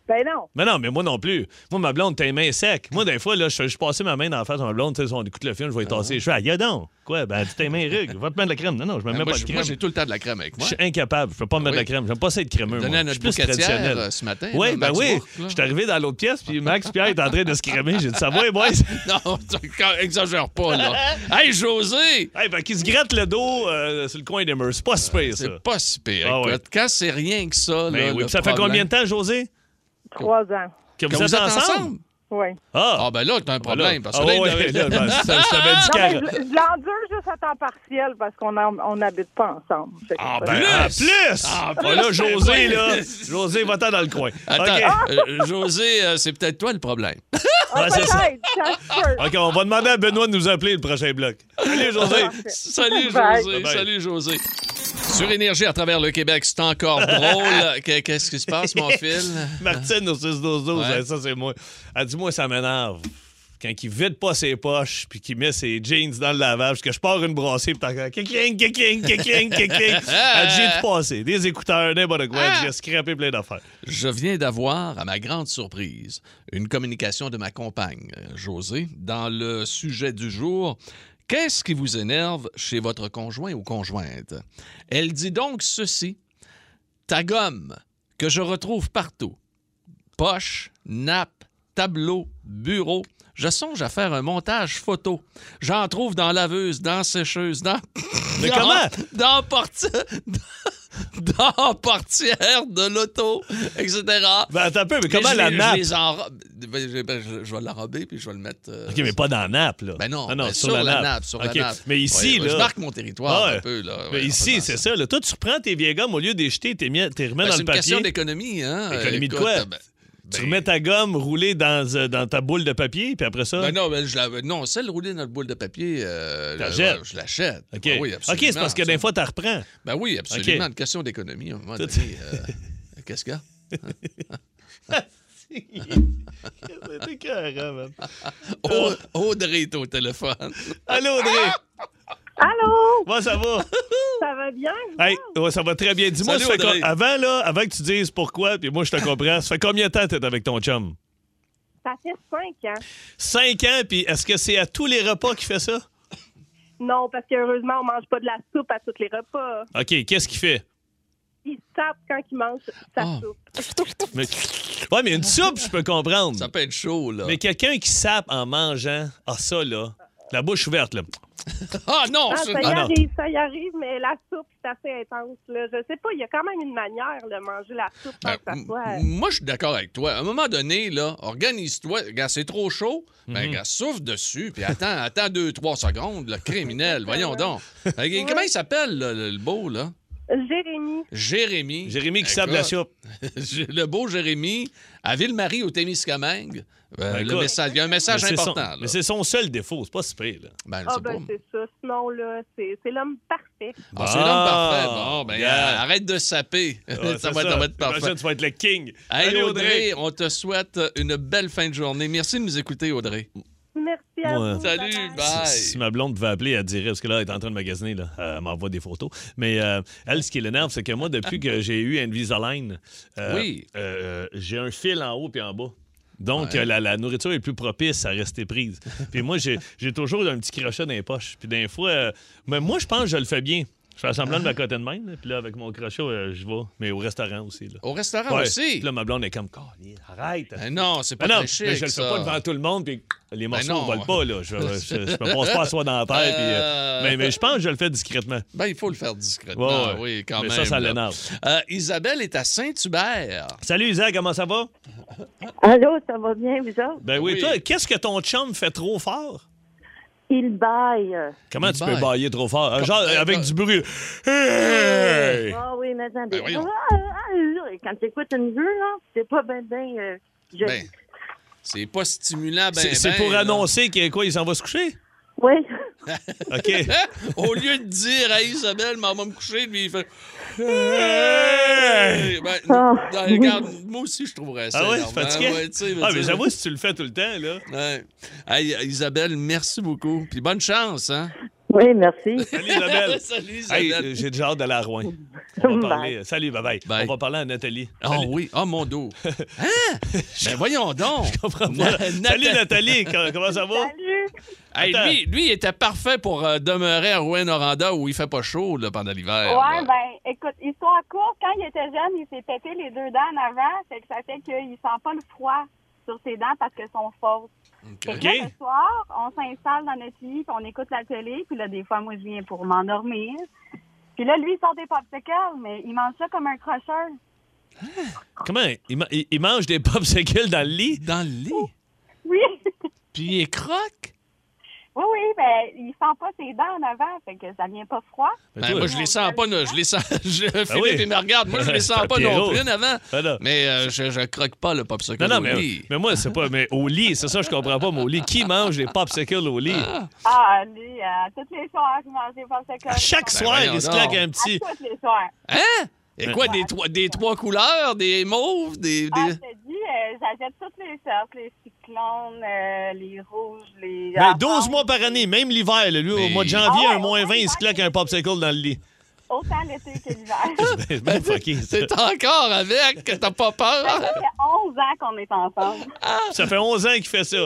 Speaker 9: Ben non.
Speaker 2: Mais non, mais moi non plus. Moi, ma blonde, t'as les mains secs. Moi, des fois, là, je, je passais ma main dans la face à ma blonde, tu sais, si on écoute le film, je vais y tasser les cheveux. Ah, y'a donc! Quoi? Ben, tu t'es mains rugues. Va te mettre de la crème. Non, non, je me mets
Speaker 1: Ben, Moi,
Speaker 2: pas
Speaker 1: je-
Speaker 2: de
Speaker 1: moi,
Speaker 2: crème.
Speaker 1: j'ai tout le temps de la crème avec
Speaker 2: Je
Speaker 1: moi.
Speaker 2: suis incapable. Je peux pas me mettre
Speaker 1: oui.
Speaker 2: de la crème. J'aime pas ça être crémeux.
Speaker 1: Donner
Speaker 2: Moi.
Speaker 1: à
Speaker 2: Je suis
Speaker 1: notre
Speaker 2: plus
Speaker 1: boucatière,
Speaker 2: traditionnel.
Speaker 1: euh, ce matin,
Speaker 2: Oui,
Speaker 1: là,
Speaker 2: ben
Speaker 1: Max
Speaker 2: oui.
Speaker 1: Bourque, là.
Speaker 2: Je suis arrivé dans l'autre pièce, puis Max Pierre est en train de se cramer. J'ai dit, ça va, boys?
Speaker 1: Non, tu- quand- exagère pas, là. hey, José!
Speaker 2: hey, ben, qui se gratte le dos euh, sur le coin des murs. C'est pas super, ça.
Speaker 1: C'est pas si pire.
Speaker 2: Ah,
Speaker 1: écoute.
Speaker 2: ouais.
Speaker 1: Quand c'est rien que ça,
Speaker 2: Ben
Speaker 1: là,
Speaker 2: oui.
Speaker 1: le
Speaker 2: Puis ça fait
Speaker 1: problème-
Speaker 2: combien de temps, José?
Speaker 9: Trois
Speaker 2: Oh.
Speaker 9: ans.
Speaker 2: Que
Speaker 1: que
Speaker 2: vous, êtes ensemble?
Speaker 9: Oui.
Speaker 2: Ah!
Speaker 1: Ah, ben là, t'as un
Speaker 2: Ah, là.
Speaker 1: problème. Parce que
Speaker 2: Ah,
Speaker 1: là, il Ah,
Speaker 2: ouais,
Speaker 1: devait-
Speaker 2: là, ben, ça- ça m'a dit
Speaker 9: Non, mais je,
Speaker 2: quarante-
Speaker 9: je l'endure juste à temps partiel parce qu'on en- on n'habite pas ensemble. Fait que-
Speaker 1: Ah, ben,
Speaker 2: Ben, en plus!
Speaker 1: En
Speaker 2: Ah,
Speaker 1: plus!
Speaker 2: là, José, là. José, va-t'en dans le coin.
Speaker 1: Attends,
Speaker 2: OK.
Speaker 1: euh, José, euh, c'est peut-être toi le problème.
Speaker 2: Ouais, ben, c'est ça.
Speaker 9: Peut-être, ça se peut.
Speaker 2: OK, on va demander à Benoît de nous appeler le prochain bloc. Allez, José.
Speaker 1: Salut,
Speaker 9: Bye.
Speaker 1: José.
Speaker 2: Bye-bye.
Speaker 1: Salut, José. Sur Énergie à travers le Québec, c'est encore drôle. Qu'est- Qu'est-ce qui se passe, mon fil?
Speaker 2: Martine au 6 12 12
Speaker 1: Ouais.
Speaker 2: ça c'est moi. Elle dit moi ça m'énerve. Quand il vide pas ses poches puis qu'il met ses jeans dans le lavage, parce que je pars une brassée puis t'entends kikling, kikling, kikling, kikling. Elle dit j'ai tout passé. Des écouteurs, n'importe quoi. Elle dit, J'ai scrappé plein d'affaires.
Speaker 1: Je viens d'avoir, à ma grande surprise, une communication de ma compagne, euh, José, dans le sujet du jour. Qu'est-ce qui vous énerve chez votre conjoint ou conjointe? Elle dit donc ceci. Ta gomme, que je retrouve partout. Poche, nappe, tableau, bureau. Je songe à faire un montage photo. J'en trouve dans laveuse, dans sécheuse, dans...
Speaker 2: Mais
Speaker 1: dans-
Speaker 2: comment?
Speaker 1: Dans porti- dans portière de l'auto, etc.
Speaker 2: Ben attends un peu, mais comment
Speaker 1: je
Speaker 2: la
Speaker 1: les-
Speaker 2: nappe?
Speaker 1: Je les enrobe. Ben, je, ben, je- je vais l'enrober puis je vais le mettre. euh,
Speaker 2: OK, mais pas dans la nappe là.
Speaker 1: Ben non,
Speaker 2: Ah
Speaker 1: ben, sur, la nappe. sur la
Speaker 2: OK.
Speaker 1: nappe.
Speaker 2: Mais ici
Speaker 1: Ouais, ouais,
Speaker 2: là.
Speaker 1: Je marque mon territoire
Speaker 2: Ouais.
Speaker 1: un peu. Là,
Speaker 2: mais
Speaker 1: Ouais, on
Speaker 2: ici,
Speaker 1: fait
Speaker 2: c'est
Speaker 1: dans-
Speaker 2: ça. là. Toi, tu reprends tes vieilles gommes, au lieu de les jeter, tu les mets t'es remets
Speaker 1: Ben,
Speaker 2: dans
Speaker 1: c'est
Speaker 2: le
Speaker 1: une question
Speaker 2: papier.
Speaker 1: d'économie. Hein?
Speaker 2: Économie de
Speaker 1: Écoute,
Speaker 2: quoi?
Speaker 1: ben,
Speaker 2: Tu remets ta gomme roulée dans, euh, dans ta boule de papier, puis après ça.
Speaker 1: Ben non, ben je la- non, celle roulée dans notre boule de papier, euh,
Speaker 2: T'as
Speaker 1: le-
Speaker 2: jette.
Speaker 1: je l'achète.
Speaker 2: OK,
Speaker 1: Ben oui,
Speaker 2: OK,
Speaker 1: absolument.
Speaker 2: c'est parce que des fois, tu reprends.
Speaker 1: Ben oui, absolument.
Speaker 2: OK.
Speaker 1: Une question d'économie, à un moment
Speaker 2: Tout-
Speaker 1: donné. euh, Qu'est-ce qu'il y a?
Speaker 2: C'est écœurant, man.
Speaker 1: Oh, Audrey est au téléphone.
Speaker 2: Allô, Audrey.
Speaker 1: Ah!
Speaker 9: Allô?
Speaker 2: Moi, ça va?
Speaker 9: Ça va bien? vous
Speaker 2: Hey,
Speaker 9: autres?
Speaker 2: ouais, ça va très bien. Dis-moi,
Speaker 1: Salut,
Speaker 2: ça fait
Speaker 1: Audrey.
Speaker 2: com- avant, là, avant que tu dises pourquoi, puis moi, je te comprends, ça fait combien de temps que t'es avec ton chum?
Speaker 9: Ça fait cinq ans.
Speaker 2: Cinq ans, puis est-ce que c'est à tous les repas qu'il fait ça?
Speaker 9: Non, parce qu'heureusement, on mange pas de la soupe à tous les repas.
Speaker 2: OK, qu'est-ce qu'il fait?
Speaker 9: Il tape quand il mange sa
Speaker 1: Ah.
Speaker 9: soupe.
Speaker 2: Mais- Ouais, mais une soupe, je peux comprendre.
Speaker 1: Ça peut être chaud, là.
Speaker 2: Mais quelqu'un qui sape en mangeant, ah, ça, là, la bouche ouverte, là.
Speaker 1: Ah non!
Speaker 9: Ah,
Speaker 1: c'est-
Speaker 9: ça y
Speaker 2: Ah, non.
Speaker 9: arrive, ça y arrive, mais la soupe, c'est assez intense. Là. Je sais pas, il y a quand même une manière de manger la soupe sans
Speaker 1: Ben,
Speaker 9: que ça
Speaker 1: m-
Speaker 2: euh
Speaker 9: soit...
Speaker 1: moi, je suis d'accord avec toi. À un moment donné, là, organise-toi. Gars, c'est trop chaud.
Speaker 2: Mhm.
Speaker 1: Ben, gars, souffle dessus. Puis attends, attends deux, trois secondes, le criminel. Voyons donc. Fait que, Comment il s'appelle, là, le, le beau, là?
Speaker 9: Jérémy,
Speaker 1: Jérémy. Ben,
Speaker 2: Jérémy qui sape la
Speaker 1: Écoute,
Speaker 2: soupe.
Speaker 1: le beau Jérémy, à Ville-Marie, au Témiscamingue. Euh,
Speaker 2: Ben,
Speaker 1: le
Speaker 2: écoute.
Speaker 1: message, il y a un message
Speaker 2: Mais c'est son-
Speaker 1: important. là.
Speaker 2: Mais c'est son seul défaut, c'est pas si pire, là.
Speaker 1: Ben, je
Speaker 9: ah
Speaker 1: sais pas.
Speaker 9: ben c'est ça, sinon là, c'est c'est l'homme parfait.
Speaker 1: Ah,
Speaker 2: Ah,
Speaker 1: c'est l'homme parfait. Bon, ben,
Speaker 2: yeah.
Speaker 1: euh, arrête de saper.
Speaker 2: Ouais,
Speaker 1: ça,
Speaker 2: c'est
Speaker 1: va être, ça va être
Speaker 2: Imagine,
Speaker 1: parfait.
Speaker 2: tu vas être le king.
Speaker 1: Hey,
Speaker 2: Allez,
Speaker 1: Audrey, on te souhaite une belle fin de journée. Merci de nous écouter, Audrey.
Speaker 9: Merci à
Speaker 2: Ouais.
Speaker 9: vous.
Speaker 1: Salut,
Speaker 9: bye-bye.
Speaker 1: bye.
Speaker 2: Si, si ma blonde devait appeler, elle dirait, parce que là, elle est en train de magasiner, là, elle m'envoie des photos. Mais euh, elle, ce qui l'énerve, c'est que moi, depuis que j'ai eu Invisalign, euh,
Speaker 1: Oui.
Speaker 2: euh, j'ai un fil en haut puis en bas. Donc,
Speaker 1: Ouais.
Speaker 2: euh, la, la nourriture est plus propice à rester prise. Puis moi, j'ai j'ai toujours un petit crochet dans les poches. Puis des fois, euh, mais moi, je pense que je le fais bien. Je fais semblant de
Speaker 1: Ah.
Speaker 2: ma côté de même, là, puis là, avec mon crochet, euh, je vais. Mais au restaurant aussi. Là.
Speaker 1: Au restaurant
Speaker 2: Ouais.
Speaker 1: aussi.
Speaker 2: Puis là, ma blonde est comme, Colin, arrête.
Speaker 1: Ben non, c'est pas
Speaker 2: Ben non,
Speaker 1: très chic,
Speaker 2: mais je le fais
Speaker 1: ça. Ben
Speaker 2: pas devant tout le monde, puis les morceaux
Speaker 1: non.
Speaker 2: ne volent pas, là. Je, je, je me passe pas à soi dans la terre, puis, euh,
Speaker 1: Euh.
Speaker 2: mais, mais je pense que je le fais discrètement.
Speaker 1: Ben, il faut le faire discrètement,
Speaker 2: Ouais, ouais.
Speaker 1: oui, quand
Speaker 2: Mais
Speaker 1: même.
Speaker 2: ça, ça
Speaker 1: là.
Speaker 2: l'énerve.
Speaker 1: Euh, Isabelle est à Saint-Hubert.
Speaker 2: Salut, Isaac, comment ça va?
Speaker 9: Allô, ça va bien vous autres?
Speaker 2: Ben oui,
Speaker 1: Oui.
Speaker 2: toi, qu'est-ce que ton chum fait trop fort?
Speaker 9: Il baille.
Speaker 2: Comment
Speaker 1: Il
Speaker 2: tu
Speaker 1: baille.
Speaker 2: peux bailler trop fort? Euh, Genre,
Speaker 1: euh,
Speaker 2: avec
Speaker 1: euh,
Speaker 2: du bruit. Hey!
Speaker 9: Ah oui, mais attendez.
Speaker 1: Ben voyons.
Speaker 9: Ah, ah, là, quand tu écoutes une vue, là, c'est pas ben ben... euh, je-
Speaker 1: Ben, c'est pas stimulant, ben.
Speaker 2: C'est c'est
Speaker 1: ben,
Speaker 2: pour
Speaker 1: là.
Speaker 2: annoncer qu'il quoi, il s'en va se coucher?
Speaker 9: Oui.
Speaker 2: OK.
Speaker 1: Au lieu de dire à Isabelle, maman me coucher, lui, il fait.
Speaker 2: Hey!
Speaker 1: Eh, Ben,
Speaker 9: Ah,
Speaker 1: non,
Speaker 9: oui.
Speaker 1: regarde, moi aussi, je trouverais ça.
Speaker 2: Ah ouais, c'est
Speaker 1: énorme,
Speaker 2: fatigué?
Speaker 1: hein, ouais, tu sais, je veux
Speaker 2: ah, mais
Speaker 1: dire.
Speaker 2: j'avoue, si tu le fais tout le temps, là.
Speaker 1: Ouais. Hey, Isabelle, merci beaucoup. Puis bonne chance, hein?
Speaker 9: Oui, merci.
Speaker 2: Salut, Isabelle.
Speaker 1: Salut,
Speaker 2: Hey,
Speaker 1: Isabelle.
Speaker 2: euh, j'ai déjà hâte d'aller à Rouen. On va parler. Salut, bye bye.
Speaker 1: Bye.
Speaker 2: On va parler à Nathalie.
Speaker 1: Ah oui, ah mon dos. Hein? ben voyons donc. Je
Speaker 2: comprends pas. Salut Nathalie, co- comment ça va?
Speaker 9: Salut.
Speaker 2: Attends.
Speaker 1: lui, lui, il était parfait pour euh, demeurer à Rouen-Oranda où il fait pas chaud là, pendant l'hiver. là.
Speaker 10: Ouais, ben, écoute, histoire courte, quand il était jeune, il s'est pété les deux dents en avant, fait que ça fait qu'il sent pas le froid sur ses dents parce qu'elles sont fausses.
Speaker 1: OK.
Speaker 10: Fait que là, le soir, on s'installe dans notre lit, puis on écoute la télé, puis là, des fois, moi, je viens pour m'endormir. Puis là, lui, il sort des popsicles, mais il mange ça comme un crocheur.
Speaker 2: Comment? Il, ma- il- il mange des popsicles dans le lit?
Speaker 1: Dans le
Speaker 2: Oh.
Speaker 1: lit.
Speaker 10: Oui,
Speaker 1: Puis il est croque.
Speaker 10: oui, oui, ben, il sent pas ses dents en avant, fait que ça vient pas froid.
Speaker 2: Mais
Speaker 1: Ben,
Speaker 2: toi, Ben
Speaker 1: moi, je les sens pas. non, Je les sens. Je, Philippe,
Speaker 2: oui.
Speaker 1: il me regarde. Moi, je les sens pas
Speaker 2: Pierrot.
Speaker 1: non plus une avant.
Speaker 2: Ah non.
Speaker 1: Mais euh, je, je croque pas le popsicle
Speaker 2: Non, non,
Speaker 1: au
Speaker 2: mais,
Speaker 1: lit.
Speaker 2: mais moi, c'est pas. Mais au lit, c'est ça, je comprends pas, mais au lit, qui mange des popsicles au lit?
Speaker 10: Ah, lui, euh, toutes les soirs, il mange des popsicles.
Speaker 2: À chaque soir,
Speaker 1: Ben, voyons
Speaker 2: il se
Speaker 1: donc.
Speaker 2: claque un
Speaker 10: À
Speaker 2: petit.
Speaker 10: toutes les soirs.
Speaker 1: Hein? Et quoi, des, trois- des trois couleurs, des mauves, des...
Speaker 10: Ah,
Speaker 1: des-
Speaker 10: je te dis, euh, j'achète toutes les sortes, les cyclones, euh, les rouges, les.
Speaker 1: Ben,
Speaker 2: Mais
Speaker 10: oranges.
Speaker 2: 12 Ben, mois par année, même l'hiver, là, lui, au
Speaker 1: Mais-
Speaker 2: mois de janvier,
Speaker 10: Ah ouais,
Speaker 2: un moins
Speaker 10: ouais,
Speaker 2: 20, il se claque un popsicle dans le lit. Ben,
Speaker 10: Autant l'été que l'hiver.
Speaker 2: C'est bien fucké, ça.
Speaker 1: T'es encore avec, t'as pas
Speaker 10: ça
Speaker 1: peur?
Speaker 10: fait 11 ans qu'on est ensemble.
Speaker 2: Ça fait 11 ans qu'il fait ça.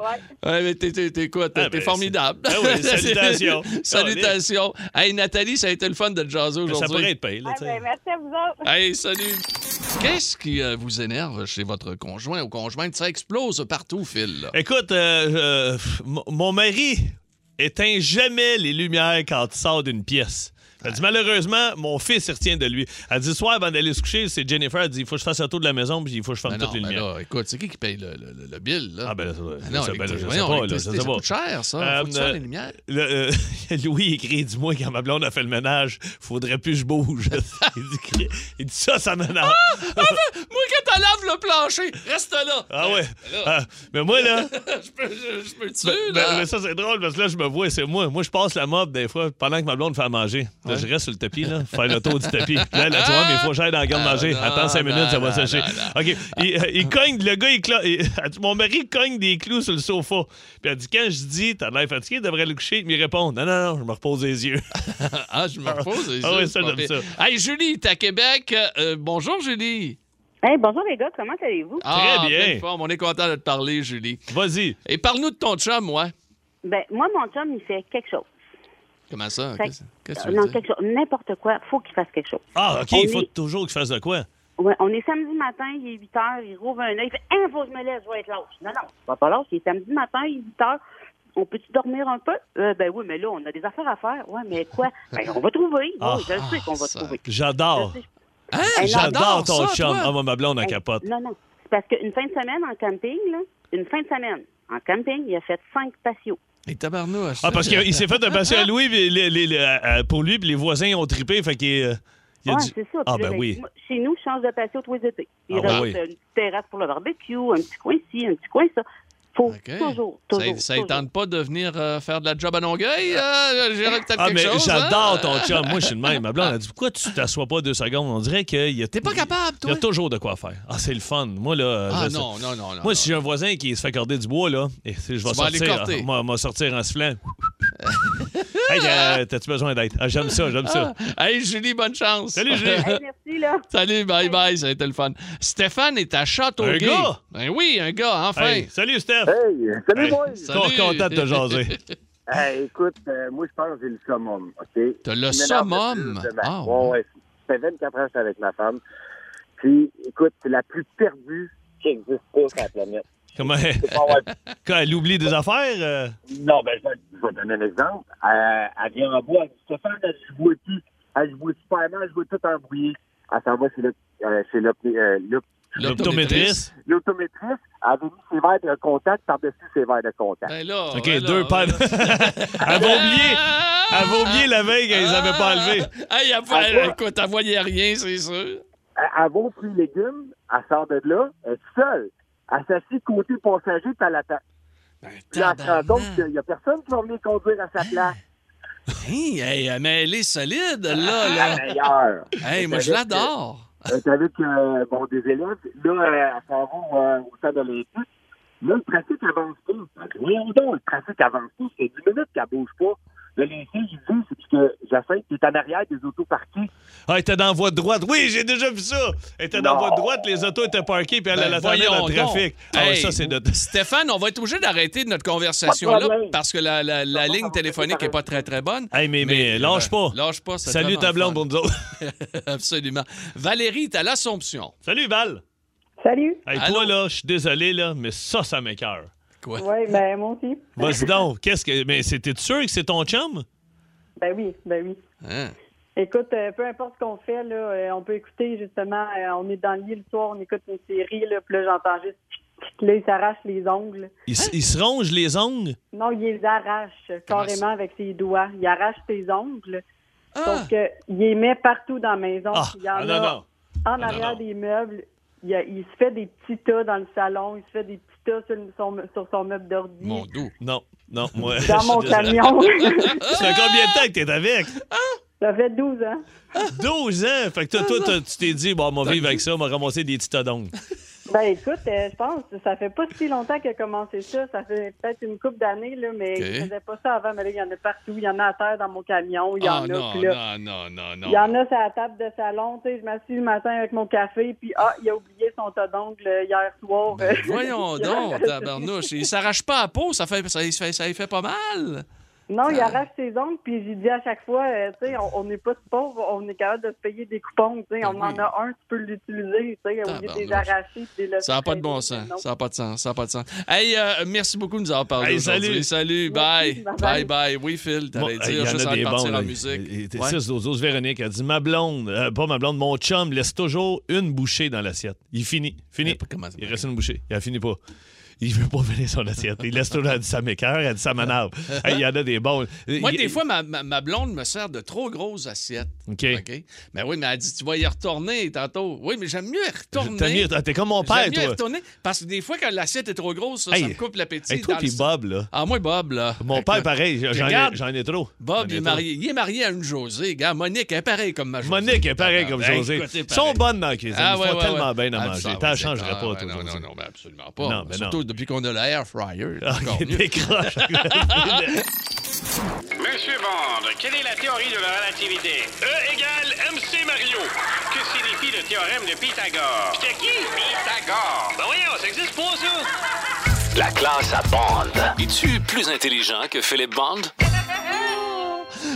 Speaker 10: Ouais.
Speaker 1: Ouais, mais t'es, t'es- t'es quoi? T'es,
Speaker 2: Ah,
Speaker 1: t'es
Speaker 2: ben,
Speaker 1: formidable.
Speaker 2: c'est- Ah oui, salutations.
Speaker 1: salutations. Hey, Nathalie, ça a été le fun de te jaser
Speaker 2: Mais
Speaker 1: aujourd'hui.
Speaker 2: Ça pourrait être payé, là,
Speaker 10: Ah,
Speaker 2: tu sais.
Speaker 10: ben, merci à vous autres.
Speaker 1: Hey, salut. Qu'est-ce qui euh, vous énerve chez votre conjoint ou conjointe? Ça explose partout, Phil. là.
Speaker 2: Écoute, euh, euh, pff, mon- mon mari éteint jamais les lumières quand il sort d'une pièce. Elle dit malheureusement, mon fils il retient de lui. Elle dit soir avant d'aller se coucher, c'est Jennifer, elle dit il faut que je fasse un tour de la maison, puis il faut que je ferme
Speaker 1: Ben
Speaker 2: toutes
Speaker 1: non,
Speaker 2: les
Speaker 1: ben
Speaker 2: lumières.
Speaker 1: là, écoute, c'est qui qui paye le, le- le- le bill? Là?
Speaker 2: Ah ben là, ça doit-
Speaker 1: Ben non,
Speaker 2: ça, ben là, je
Speaker 1: électricité,
Speaker 2: sais
Speaker 1: voyons,
Speaker 2: pas, là,
Speaker 1: électricité,
Speaker 2: je sais
Speaker 1: ça
Speaker 2: pas.
Speaker 1: coûte cher, ça.
Speaker 2: Euh,
Speaker 1: Faut que tu fasses
Speaker 2: euh,
Speaker 1: les lumières.
Speaker 2: le, euh, Louis écrit dis-moi quand ma blonde a fait le
Speaker 1: Ah!
Speaker 2: ménage, faudrait plus que je bouge. il, dit, que- il dit ça, ça m'énerve.
Speaker 1: Moi, quand te lave le plancher. Reste là.
Speaker 2: Ah ouais.
Speaker 1: Ben là.
Speaker 2: Ah, mais moi, là.
Speaker 1: je peux, je, je peux-tu,
Speaker 2: Ben- ben-
Speaker 1: là?
Speaker 2: mais ça, c'est drôle parce que là, je me vois, c'est moi. Moi, je passe la mop des fois pendant que ma blonde fait à manger. Là, Je reste sur le tapis, là, faire le tour du tapis. Puis Là, là, tu vois, mais il faut que j'aille dans la garde manger.
Speaker 1: Ah, non,
Speaker 2: Attends 5
Speaker 1: non,
Speaker 2: minutes, ça va
Speaker 1: non,
Speaker 2: sécher.
Speaker 1: non,
Speaker 2: OK. Il, euh, il cogne, le gars, il, cla- il- Mon mari cogne des clous sur le sofa. Puis elle dit, quand je dis, t'as l'air fatigué, il devrait le coucher. Il me répond, non, non, non, je me repose les yeux.
Speaker 1: ah, je me repose. les
Speaker 2: ben, Ah
Speaker 1: yeux,
Speaker 2: ouais,
Speaker 1: c'est
Speaker 2: ça,
Speaker 1: pas
Speaker 2: j'aime
Speaker 1: pire.
Speaker 2: ça.
Speaker 1: Hey, Julie, t'es à Québec. Euh, bonjour, Julie.
Speaker 11: Hey, bonjour les gars, comment allez-vous?
Speaker 1: Ah, en pleine forme. On est content de te parler, Julie.
Speaker 2: Vas-y.
Speaker 1: Et parle-nous de ton chum, moi.
Speaker 11: Ben, moi, mon chum, il fait quelque chose.
Speaker 1: Comment ça?
Speaker 11: Fait-
Speaker 1: Qu'est-ce qu'est-ce que
Speaker 11: Euh,
Speaker 1: tu veux
Speaker 11: non,
Speaker 1: dire?
Speaker 11: quelque chose. N'importe quoi, faut qu'il fasse quelque chose.
Speaker 2: Ah, OK,
Speaker 11: On
Speaker 2: il faut
Speaker 11: est-
Speaker 2: toujours qu'il fasse de quoi?
Speaker 11: ouais, on est samedi matin, il est 8 heures, il rouvre un œil, il fait Hein, faut que je me lève, je vais être lâche. Non, non, c'est pas lâche, il est samedi matin, il est 8 heures. On peut-tu dormir un peu? Euh, ben oui, mais là, on a des affaires à faire. Ouais, mais quoi? Ben, on va trouver.
Speaker 2: Ah.
Speaker 11: Oui, je le sais qu'on va trouver.
Speaker 2: J'adore.
Speaker 11: Hein,
Speaker 2: J'adore
Speaker 11: j'adore
Speaker 2: ton
Speaker 11: ça,
Speaker 2: chum.
Speaker 11: toi.
Speaker 2: Ah, moi, ma blonde, elle capote.
Speaker 11: Non, non. C'est parce qu'une fin de semaine en camping, là, une fin de semaine en camping, il a fait cinq patios.
Speaker 1: Et tabarnouche.
Speaker 2: Ah, parce qu'il s'est fait un passé à Louis puis les- les- les- euh, pour lui, puis les voisins ont trippé. Fait qu'il. euh, il a
Speaker 11: Ouais,
Speaker 2: dit-
Speaker 11: c'est ça.
Speaker 2: Ah,
Speaker 11: Puis là,
Speaker 2: ben
Speaker 11: ben,
Speaker 2: oui.
Speaker 11: moi, Chez nous, je change de patio tous les étés. Il
Speaker 2: Ah, ben
Speaker 11: reste
Speaker 2: oui.
Speaker 11: une petite terrasse pour le barbecue, un petit coin ci, un petit coin ça. Faut
Speaker 1: OK.
Speaker 11: toujours,
Speaker 1: Ça-
Speaker 11: toujours.
Speaker 1: ça ne
Speaker 11: toujours.
Speaker 1: tente pas de venir euh, faire de la job à Longueuil? Euh, J'irai que t'as
Speaker 2: Ah,
Speaker 1: quelque
Speaker 2: mais
Speaker 1: chose.
Speaker 2: j'adore
Speaker 1: hein?
Speaker 2: ton chum. Moi, je suis le même. Ma blonde, elle dit Pourquoi tu t'assois pas deux secondes On dirait qu'il y a. T'es
Speaker 1: pas capable,
Speaker 2: Il
Speaker 1: toi.
Speaker 2: y a toujours de quoi faire. Ah, c'est le fun. Moi, là.
Speaker 1: Ah,
Speaker 2: je-
Speaker 1: non, non, non, non,
Speaker 2: Moi, si j'ai un voisin qui se fait corder du bois, là, et je vais
Speaker 1: vas aller
Speaker 2: sortir.
Speaker 1: corter.
Speaker 2: ah, Moi, moi, sortir en sifflant. hey, euh, t'as-tu besoin d'aide Ah, J'aime ça, j'aime ça.
Speaker 1: Ah. Hey, Julie, bonne chance.
Speaker 2: Salut, Julie. Hey,
Speaker 11: Eh, merci, là.
Speaker 1: Salut, bye bye, ça a été le fun. Stéphane est à Châteauguay.
Speaker 2: Un gars?
Speaker 1: Ben oui, un gars, enfin.
Speaker 2: Hey, salut, Steph.
Speaker 12: Hey, salut,
Speaker 2: Hey,
Speaker 12: boys.
Speaker 2: Salut. Content de te jaser.
Speaker 12: Hey, écoute, euh, moi, je pense que j'ai le summum, OK?
Speaker 1: T'as
Speaker 12: Je
Speaker 1: le
Speaker 12: m'énerve
Speaker 1: summum?
Speaker 12: depuis deux semaines.
Speaker 1: Ah,
Speaker 12: ouais, ouais. Ça fait 24 ans que je suis avec ma femme. Puis, écoute, c'est la plus perdue qui existe pas sur la planète.
Speaker 2: Comment Quand elle oublie des affaires euh,
Speaker 12: Non, ben, je vais, je vais donner un exemple. Euh, elle vient en bois, elle dit, Stéphane, elle se voit plus. Elle se voit super mal, je vois tout embrouillé. Elle s'en va chez le- euh, chez l'op- euh, l'op-
Speaker 2: L'optométriste.
Speaker 12: l'optométriste. Elle avait mis ses verres de contact par-dessus ses verres de
Speaker 1: Ben.
Speaker 12: contact.
Speaker 1: Oh
Speaker 2: OK, deux paires. de- elle va oublier. Elle va oublier la veille qu'elle les avait pas enlevés.
Speaker 1: Hey, elle,
Speaker 12: Ah, ouais.
Speaker 1: écoute, elle voyait rien, c'est sûr.
Speaker 12: Elle- Elle va au prix légumes, elle sort de là, elle est seule. Elle s'assied côté passager, puis elle attend.
Speaker 1: Ben,
Speaker 12: Puis elle se rend compte qu'il n'y a personne qui va venir conduire à sa place.
Speaker 1: Hey, hey, mais elle est solide, Oh là.
Speaker 12: La
Speaker 1: là.
Speaker 12: meilleure.
Speaker 1: Hey, moi, je
Speaker 12: Elle est avec,
Speaker 1: l'adore.
Speaker 12: euh, Elle est avec euh, bon, des élèves. Là, euh, elle s'en va euh, au centre de l'étude. Là, le trafic avance pas. Voyons donc, le trafic avance pas. C'est 10 minutes qu'elle bouge pas. Là, les filles, je dis, c'est parce que Jacinthe est en arrière des autos parquées.
Speaker 2: Ah, elle était dans la voie de droite. Oui, j'ai déjà vu ça. Elle était dans la
Speaker 12: Non.
Speaker 2: voie de droite, les autos étaient parquées, puis elle
Speaker 1: Ben,
Speaker 2: la attendait dans le
Speaker 1: voyons
Speaker 2: trafic.
Speaker 1: donc.
Speaker 2: Ah, ouais,
Speaker 1: Hey.
Speaker 2: ça, c'est de...
Speaker 1: Stéphane, on va être obligé d'arrêter notre
Speaker 2: Pas de
Speaker 1: conversation-là
Speaker 2: problème.
Speaker 1: parce que la, la- la ligne téléphonique n'est pas très, très bonne. euh,
Speaker 2: Hey, mais, mais lâche pas.
Speaker 1: Lâche pas. c'est
Speaker 2: Salut
Speaker 1: vraiment
Speaker 2: ta blonde
Speaker 1: le
Speaker 2: pour nous autres.
Speaker 1: fun. Absolument. Valérie, t'as l'Assomption.
Speaker 2: Salut, Val.
Speaker 13: Salut.
Speaker 2: Hey, toi, là, je suis désolé, là, mais ça, ça m'écœure.
Speaker 1: Quoi?
Speaker 13: Oui, ben moi aussi.
Speaker 2: Vas-y donc, qu'est-ce que. Mais c'était sûr que c'est ton chum?
Speaker 13: Ben oui, ben oui.
Speaker 1: Hein?
Speaker 13: Écoute, euh, peu importe ce qu'on fait, là, euh, on peut écouter justement, euh, on est dans le lit le soir, on écoute une série, là, puis là, j'entends juste tic, tic, là, il s'arrache les ongles.
Speaker 2: Il,
Speaker 1: Hein?
Speaker 2: s- il se ronge les ongles?
Speaker 13: Non, il les arrache
Speaker 2: Comment
Speaker 13: carrément
Speaker 2: ça?
Speaker 13: avec ses doigts. Il arrache ses ongles.
Speaker 1: Ah!
Speaker 13: Sauf que il les met partout dans la maison.
Speaker 2: Ah,
Speaker 13: il y en
Speaker 2: ah, non,
Speaker 13: a
Speaker 2: non. Ah,
Speaker 13: en
Speaker 2: non,
Speaker 13: arrière
Speaker 2: non.
Speaker 13: des meubles. Il, y a- il se fait des petits tas dans le salon, il se fait des petits tas sur, le- son- sur son meuble d'ordi.
Speaker 1: Mon dos.
Speaker 2: Non, non,
Speaker 13: Dans
Speaker 2: moi. je suis
Speaker 13: mon
Speaker 2: désolé.
Speaker 13: camion.
Speaker 2: ça fait combien de temps que t'es avec?
Speaker 13: Ça fait 12 ans.
Speaker 2: 12 ans! Fait que toi, toi, t'as- tu t'es dit, bon, on va vivre avec ça, on va ramasser des petits tas d'ongles.
Speaker 13: Ben écoute, euh, je pense que ça fait pas si longtemps qu'il a commencé ça. Ça fait peut-être une couple d'années, là, mais
Speaker 1: Ok.
Speaker 13: il faisait pas ça avant. Mais là, il y en a partout. Il y en a à terre dans mon camion. Il y en
Speaker 1: Ah
Speaker 13: a.
Speaker 1: non,
Speaker 13: puis là,
Speaker 1: non, non, non, non.
Speaker 13: Il y en a sur la table de salon. Tu sais, je m'assis le matin avec mon café, puis ah, il a oublié son tas d'ongles euh, hier soir.
Speaker 1: Ben, Voyons donc, tabarnouche. Il s'arrache pas à peau, ça, fait, ça, lui fait, ça lui fait pas mal.
Speaker 13: Non, il arrache ses ongles, puis j'ai dit à chaque fois, euh, tu sais, on on n'est pas de pauvres, on est capable de se payer des coupons, tu sais,
Speaker 1: Ben
Speaker 13: on en a un, tu peux l'utiliser, tu sais, au lieu de les
Speaker 1: Tabarnouche.
Speaker 13: arracher, puis de les
Speaker 1: Ah, ben Ça n'a pas de
Speaker 13: laisser
Speaker 1: bon
Speaker 13: traîner,
Speaker 1: sens.
Speaker 13: non.
Speaker 1: Ça n'a pas de sens. Ça n'a pas de sens. Hey, euh, merci beaucoup de nous avoir parlé
Speaker 2: Hey, salut.
Speaker 1: aujourd'hui. Salut.
Speaker 2: Merci,
Speaker 1: Bye.
Speaker 2: bye-bye.
Speaker 1: Bye, bye. Oui, Phil, t'allais
Speaker 2: Bon, il
Speaker 1: dire
Speaker 2: y en
Speaker 1: juste
Speaker 2: a
Speaker 1: avant de
Speaker 2: des
Speaker 1: partir
Speaker 2: bons,
Speaker 1: en
Speaker 2: là. Et- et-
Speaker 1: musique.
Speaker 2: c'est
Speaker 1: Ouais.
Speaker 2: ça, c'est aux autres. Véronique, elle dit Ma blonde, euh, pas ma blonde, mon chum laisse toujours une bouchée dans l'assiette. Il finit. Fini. Il reste une bouchée. Il a fini pas. il veut pas venir son assiette. Il laisse toujours, elle dit ça m'écoeure, elle dit ça m'énerve. Hey, Il y en a des bons.
Speaker 1: Moi,
Speaker 2: Il-
Speaker 1: des fois, ma, ma- ma blonde me sert de trop grosses assiettes.
Speaker 2: OK.
Speaker 1: OK? Mais oui, mais elle dit, tu vas y retourner tantôt. Oui, mais j'aime mieux y retourner.
Speaker 2: T'as mis- Ah, t'es comme mon père,
Speaker 1: J'aime mieux y
Speaker 2: toi.
Speaker 1: retourner parce que des fois, quand l'assiette est trop grosse, ça, ça
Speaker 2: Hey.
Speaker 1: me coupe l'appétit.
Speaker 2: Hey, toi
Speaker 1: dans
Speaker 2: puis
Speaker 1: le-
Speaker 2: Bob, là.
Speaker 1: Ah, moi, Bob, là.
Speaker 2: Mon père, pareil, j'en ai,
Speaker 1: Regarde.
Speaker 2: j'en ai trop.
Speaker 1: Bob,
Speaker 2: J'en ai
Speaker 1: il est,
Speaker 2: trop.
Speaker 1: marié, il est marié à une Josée. Gars, Monique elle est pareille comme ma Josée.
Speaker 2: Monique est pareil comme
Speaker 1: ben,
Speaker 2: José.
Speaker 1: écoutez,
Speaker 2: Ils sont
Speaker 1: pareil.
Speaker 2: bonnes dans la cuisine.
Speaker 1: Ah,
Speaker 2: Ils
Speaker 1: ouais,
Speaker 2: font
Speaker 1: ouais,
Speaker 2: tellement
Speaker 1: ouais.
Speaker 2: bien à
Speaker 1: Ah,
Speaker 2: manger.
Speaker 1: ça,
Speaker 2: T'en
Speaker 1: ouais,
Speaker 2: changerais
Speaker 1: d'accord.
Speaker 2: pas,
Speaker 1: Ah,
Speaker 2: toi.
Speaker 1: Non, non,
Speaker 2: José.
Speaker 1: non, ben, absolument pas.
Speaker 2: Non, ben
Speaker 1: Surtout depuis qu'on a l'air fryer. c'est
Speaker 2: Ah,
Speaker 1: encore
Speaker 2: il
Speaker 1: mieux.
Speaker 2: décroche.
Speaker 14: Monsieur Bond, quelle est la théorie de la relativité? E égale MC Mario. Que signifie le théorème de Pythagore? C'était qui? Pythagore. Ben voyons, ça existe pas, ça?
Speaker 8: La classe à bande. Es-tu plus intelligent que Philippe Bond?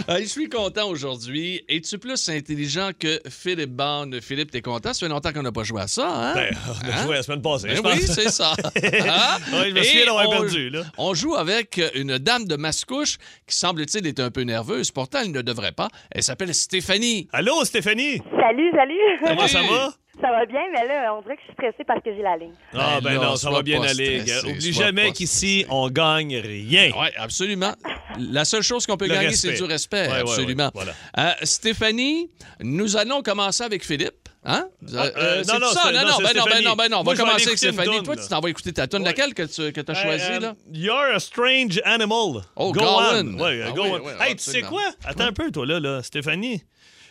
Speaker 1: Ah, je suis content aujourd'hui. Es-tu plus intelligent que Philippe Bond? Philippe, t'es content? Ça fait longtemps qu'on n'a pas joué à ça, hein?
Speaker 2: Ben, on a
Speaker 1: Hein?
Speaker 2: joué la semaine passée,
Speaker 1: Ben
Speaker 2: je
Speaker 1: oui,
Speaker 2: pense.
Speaker 1: c'est ça.
Speaker 2: Ouais, je me
Speaker 1: Et
Speaker 2: souviens d'avoir
Speaker 1: on-
Speaker 2: perdu, là.
Speaker 1: On joue avec une dame de Mascouche qui semble-t-il est un peu nerveuse. Pourtant, elle ne devrait pas. Elle s'appelle Stéphanie.
Speaker 2: Allô, Stéphanie?
Speaker 15: Salut, salut.
Speaker 1: Comment ça va?
Speaker 15: Ça va bien, mais là, on dirait que je suis stressée parce que j'ai la ligne.
Speaker 2: Ah,
Speaker 1: Ben
Speaker 2: ben
Speaker 1: là,
Speaker 2: non, ça
Speaker 1: sois
Speaker 2: va bien
Speaker 1: pas
Speaker 2: aller.
Speaker 1: stressé,
Speaker 2: gars. Oublie
Speaker 1: sois
Speaker 2: jamais
Speaker 1: pas
Speaker 2: qu'ici, on gagne rien.
Speaker 1: Oui, absolument. La seule chose qu'on peut
Speaker 2: Le
Speaker 1: gagner,
Speaker 2: respect.
Speaker 1: c'est du respect.
Speaker 2: Ouais, ouais,
Speaker 1: absolument.
Speaker 2: ouais, voilà.
Speaker 1: Euh, Stéphanie, nous allons commencer avec Philippe. Hein?
Speaker 2: Ah, euh,
Speaker 1: c'est
Speaker 2: non, non,
Speaker 1: ça?
Speaker 2: c'est-
Speaker 1: Non,
Speaker 2: non,
Speaker 1: non,
Speaker 2: c'est
Speaker 1: ben non, ben
Speaker 2: Stéphanie.
Speaker 1: non, ben non. On
Speaker 2: Moi, je
Speaker 1: va
Speaker 2: vais
Speaker 1: commencer
Speaker 2: aller
Speaker 1: avec
Speaker 2: écouter une
Speaker 1: Stéphanie.
Speaker 2: toune,
Speaker 1: Toi,
Speaker 2: là.
Speaker 1: tu t'en vas écouter ta tonne. Laquelle que tu que as choisie,
Speaker 2: Euh, euh,
Speaker 1: là?
Speaker 2: You're a strange animal.
Speaker 1: Oh,
Speaker 2: go
Speaker 1: Gowan.
Speaker 2: on. Ouais,
Speaker 1: Ah
Speaker 2: go
Speaker 1: oui,
Speaker 2: on.
Speaker 1: oui,
Speaker 2: hey, tu sais
Speaker 1: absolument.
Speaker 2: quoi? Attends un peu, toi, là, là. Stéphanie.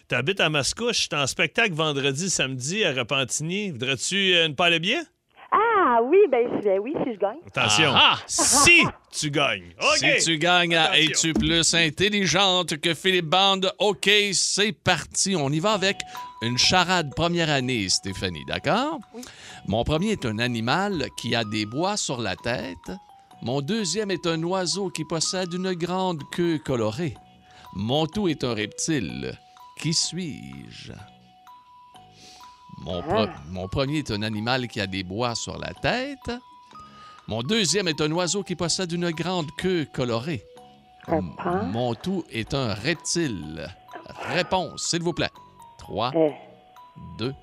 Speaker 2: T'habites à Mascouche, t'es en spectacle vendredi, samedi à Repentigny. Voudrais-tu euh, une paire de billets?
Speaker 15: Ah oui, ben, je- ben oui, si je gagne.
Speaker 2: Attention.
Speaker 1: Ah!
Speaker 2: Si tu gagnes. OK.
Speaker 1: Si tu gagnes, à es-tu plus Hein, intelligente que Philippe Band? OK, c'est parti. On y va avec une charade première année, Stéphanie, d'accord? Mon premier est un animal qui a des bois sur la tête. Mon deuxième est un oiseau qui possède une grande queue colorée. Mon tout est un reptile. Qui suis-je? Mon, pro- mon premier est un animal qui a des bois sur la tête. Mon deuxième est un oiseau qui possède une grande queue colorée. M- Mon tout est un reptile. Réponse, s'il vous plaît. 3, 2.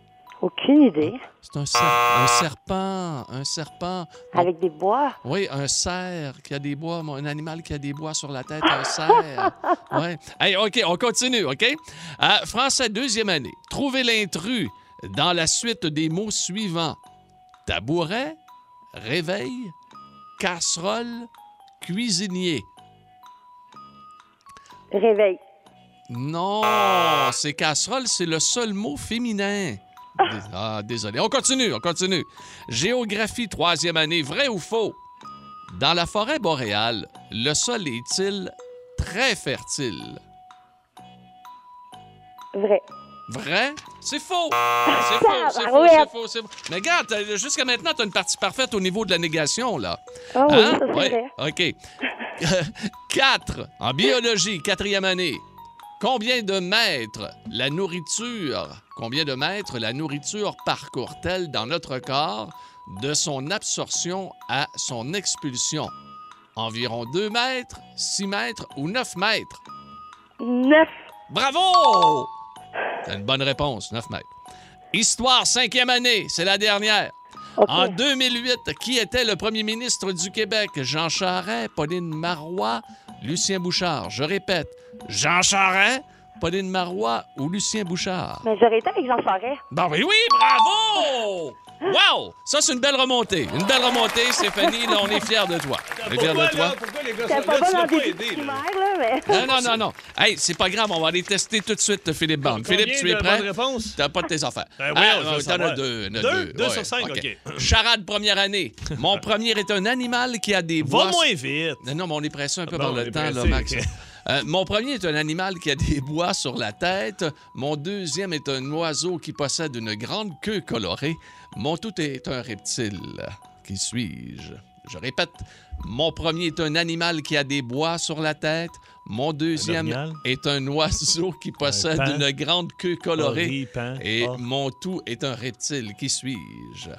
Speaker 15: Aucune idée.
Speaker 1: C'est un, cer- un serpent. Un serpent.
Speaker 15: Avec des bois.
Speaker 1: Oui, un cerf qui a des bois. mon- Un animal qui a des bois sur la tête, un cerf. Ouais. Hey, OK, on continue, OK? Euh, français, deuxième année. Trouvez l'intrus dans la suite des mots suivants. Tabouret, réveil, casserole, cuisinier.
Speaker 15: Réveil.
Speaker 1: Non, c'est casserole, c'est le seul mot féminin. Dés- Ah, désolé. On continue, on continue. Géographie, troisième année, vrai ou faux? Dans la forêt boréale, le sol est-il très fertile?
Speaker 15: Vrai.
Speaker 1: Vrai? C'est faux! C'est faux, c'est faux,
Speaker 15: Tabarouette.
Speaker 1: c'est faux, c'est faux. Mais regarde, t'as- jusqu'à maintenant, tu as une partie parfaite au niveau de la négation, là.
Speaker 15: Ah oui, ça, c'est
Speaker 1: Hein? OK. 4. En biologie, quatrième année. Combien de mètres la nourriture, combien de mètres la nourriture parcourt-elle dans notre corps de son absorption à son expulsion? Environ 2 mètres, 6 mètres ou 9 mètres?
Speaker 15: 9.
Speaker 1: Bravo! C'est une bonne réponse, 9 mètres. Histoire, cinquième année, c'est la dernière. En 2008, qui était le premier ministre du Québec? Jean Charest, Pauline Marois, Lucien Bouchard. Je répète, Jean Charest, Pauline Marois ou Lucien Bouchard?
Speaker 15: Mais j'aurais été avec Jean Charest.
Speaker 1: Bon, oui, oui, bravo! Wow! Ça, c'est une belle remontée. Une belle remontée, Stéphanie. Là, on est fiers de toi. On est fiers de toi.
Speaker 2: les gars
Speaker 15: C'était
Speaker 2: sont
Speaker 15: pas
Speaker 2: Ah, là? Tu
Speaker 15: bon
Speaker 2: l'as
Speaker 15: en
Speaker 2: pas
Speaker 15: début de
Speaker 2: aidé, là.
Speaker 15: primaire, là, mais...
Speaker 1: Non, non, non, non. Hey, c'est pas grave, on va aller tester tout de suite Philippe Bond.
Speaker 2: Combien
Speaker 1: Philippe, tu es
Speaker 2: de
Speaker 1: prêt?
Speaker 2: bonnes réponses?
Speaker 1: T'as pas de tes affaires. Ah,
Speaker 2: Ben oui, on veut
Speaker 1: t'en as
Speaker 2: savoir.
Speaker 1: deux. en as
Speaker 2: Deux? Deux
Speaker 1: Ouais,
Speaker 2: sur cinq, OK.
Speaker 1: Charade première année. Mon premier est un animal qui a des bois...
Speaker 2: Va moins vite.
Speaker 1: Non, non, mais on est pressé un peu
Speaker 2: Ah bon,
Speaker 1: par
Speaker 2: on
Speaker 1: le
Speaker 2: est
Speaker 1: temps, là,
Speaker 2: pressé,
Speaker 1: Max.
Speaker 2: OK.
Speaker 1: Euh, mon premier est un animal qui a des bois sur la tête. Mon deuxième est un oiseau qui possède une grande queue colorée. Mon tout est un reptile. Qui suis-je? Je répète, mon premier est un animal qui a des bois sur la tête. Mon deuxième
Speaker 2: orignal?
Speaker 1: est un oiseau qui possède
Speaker 2: paon?
Speaker 1: une grande queue
Speaker 2: Ah,
Speaker 1: colorée.
Speaker 2: Oripan.
Speaker 1: Et
Speaker 2: Ah.
Speaker 1: mon tout est un reptile. Qui suis-je?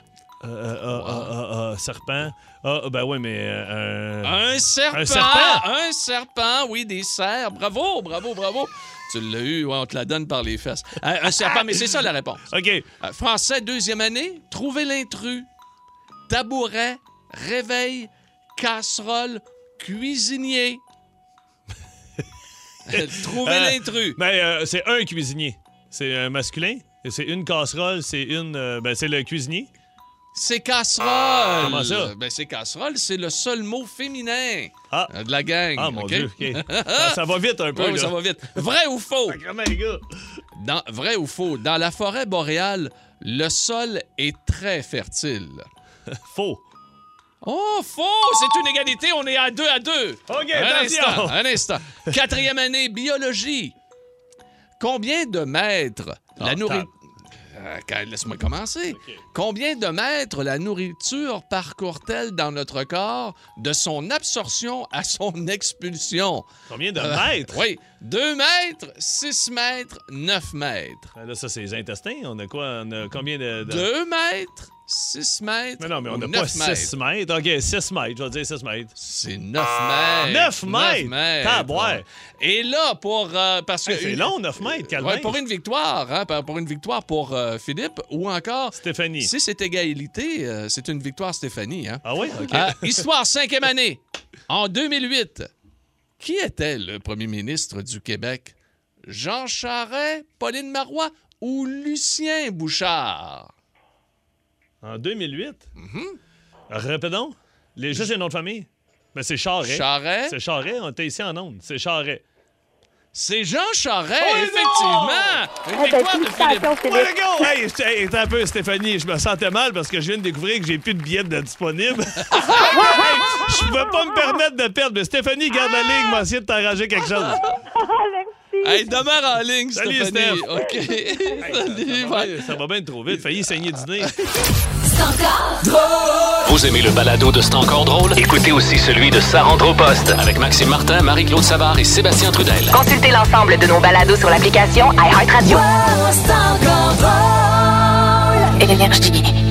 Speaker 2: Euh, euh, euh, euh, euh, euh, serpent. Ah, ben oui, mais. euh,
Speaker 1: Un serpent!
Speaker 2: Un serpent!
Speaker 1: Un serpent, oui, des cerfs. Bravo, bravo, bravo. Tu l'as eu, ouais, on te la donne par les fesses. Euh, Un serpent, mais c'est ça la réponse.
Speaker 2: OK.
Speaker 1: Euh, Français, deuxième année, trouver l'intrus. Tabouret, réveil, casserole, cuisinier. Trouver
Speaker 2: Euh,
Speaker 1: l'intrus.
Speaker 2: Ben, euh, c'est un cuisinier. C'est un masculin. Et C'est une casserole, c'est une. euh, ben, c'est le cuisinier.
Speaker 1: C'est casserole.
Speaker 2: Ah, Comment ça?
Speaker 1: Ben, c'est casserole, c'est le seul mot féminin
Speaker 2: Ah.
Speaker 1: de la gang.
Speaker 2: Ah, mon
Speaker 1: OK?
Speaker 2: Dieu, OK. Ah, ça va vite un peu,
Speaker 1: Oui,
Speaker 2: là.
Speaker 1: ça va vite. Vrai ou faux? Dans, vrai ou faux? Dans la forêt boréale, le sol est très fertile.
Speaker 2: faux.
Speaker 1: Oh, faux! C'est une égalité, on est à deux à deux.
Speaker 2: OK,
Speaker 1: un
Speaker 2: attention.
Speaker 1: instant, un instant. Quatrième année, biologie. Combien de mètres la nourriture... Laisse-moi commencer. Combien de mètres la nourriture parcourt-elle dans notre corps de son absorption à son expulsion?
Speaker 2: Combien de
Speaker 1: Euh,
Speaker 2: mètres?
Speaker 1: oui, 2 mètres, 6 mètres, 9 mètres.
Speaker 2: Ben, là, ça, c'est les intestins. On a quoi? On a combien de. de-
Speaker 1: 2 mètres, 6 mètres.
Speaker 2: Mais non, mais on
Speaker 1: ou
Speaker 2: n'a pas
Speaker 1: neuf
Speaker 2: 6 mètres. OK, 6 mètres, je vais dire 6 mètres.
Speaker 1: C'est 9
Speaker 2: 9
Speaker 1: mètres. Neuf
Speaker 2: mètres!
Speaker 1: Eh,
Speaker 2: Tabouère.
Speaker 1: Et là, pour. euh, parce que
Speaker 2: Hey, Eh, c'est long, 9 mètres, calme.
Speaker 1: Ouais, pour une victoire, hein, pour- pour une victoire pour euh, Philippe ou encore.
Speaker 2: Stéphanie.
Speaker 1: Si c'est égalité, euh, c'est une victoire Stéphanie. Hein.
Speaker 2: Ah oui? OK.
Speaker 1: Euh, histoire cinquième année. En 2008, qui était le premier ministre du Québec? Jean Charest, Pauline Marois ou Lucien Bouchard?
Speaker 2: En 2008?
Speaker 1: Mm-hmm.
Speaker 2: Répétons. Les, juste les noms de famille. Mais c'est Charret.
Speaker 1: Charret.
Speaker 2: C'est Charret. On était ici en onde. C'est Charret.
Speaker 1: C'est Jean Charest,
Speaker 2: Oh, non! Ah,
Speaker 1: effectivement! Une victoire de Philippe.
Speaker 2: Ouais, go! Hey, je- hey, attends un peu, Stéphanie. Je me sentais mal parce que je viens de découvrir que j'ai plus de billets de disponibles. Hey, je pouvais pas me permettre de perdre. Mais Stéphanie, garde la
Speaker 1: Ah!
Speaker 2: ligne. M'a essayé de t'arranger quelque chose.
Speaker 1: Hey, demeure en ligne,
Speaker 2: Salut,
Speaker 1: Stéphanie.
Speaker 2: Steph.
Speaker 1: OK. Salut, bye.
Speaker 2: Ça va bien trop vite. Failli saigner du nez.
Speaker 8: Vous aimez le balado de C'est encore drôle? Écoutez aussi celui de Sa rentre au poste avec Maxime Martin, Marie-Claude Savard et Sébastien Trudel.
Speaker 7: Consultez l'ensemble de nos balados sur l'application iHeartRadio.
Speaker 5: Wow, c'est encore drôle.
Speaker 7: Énergie.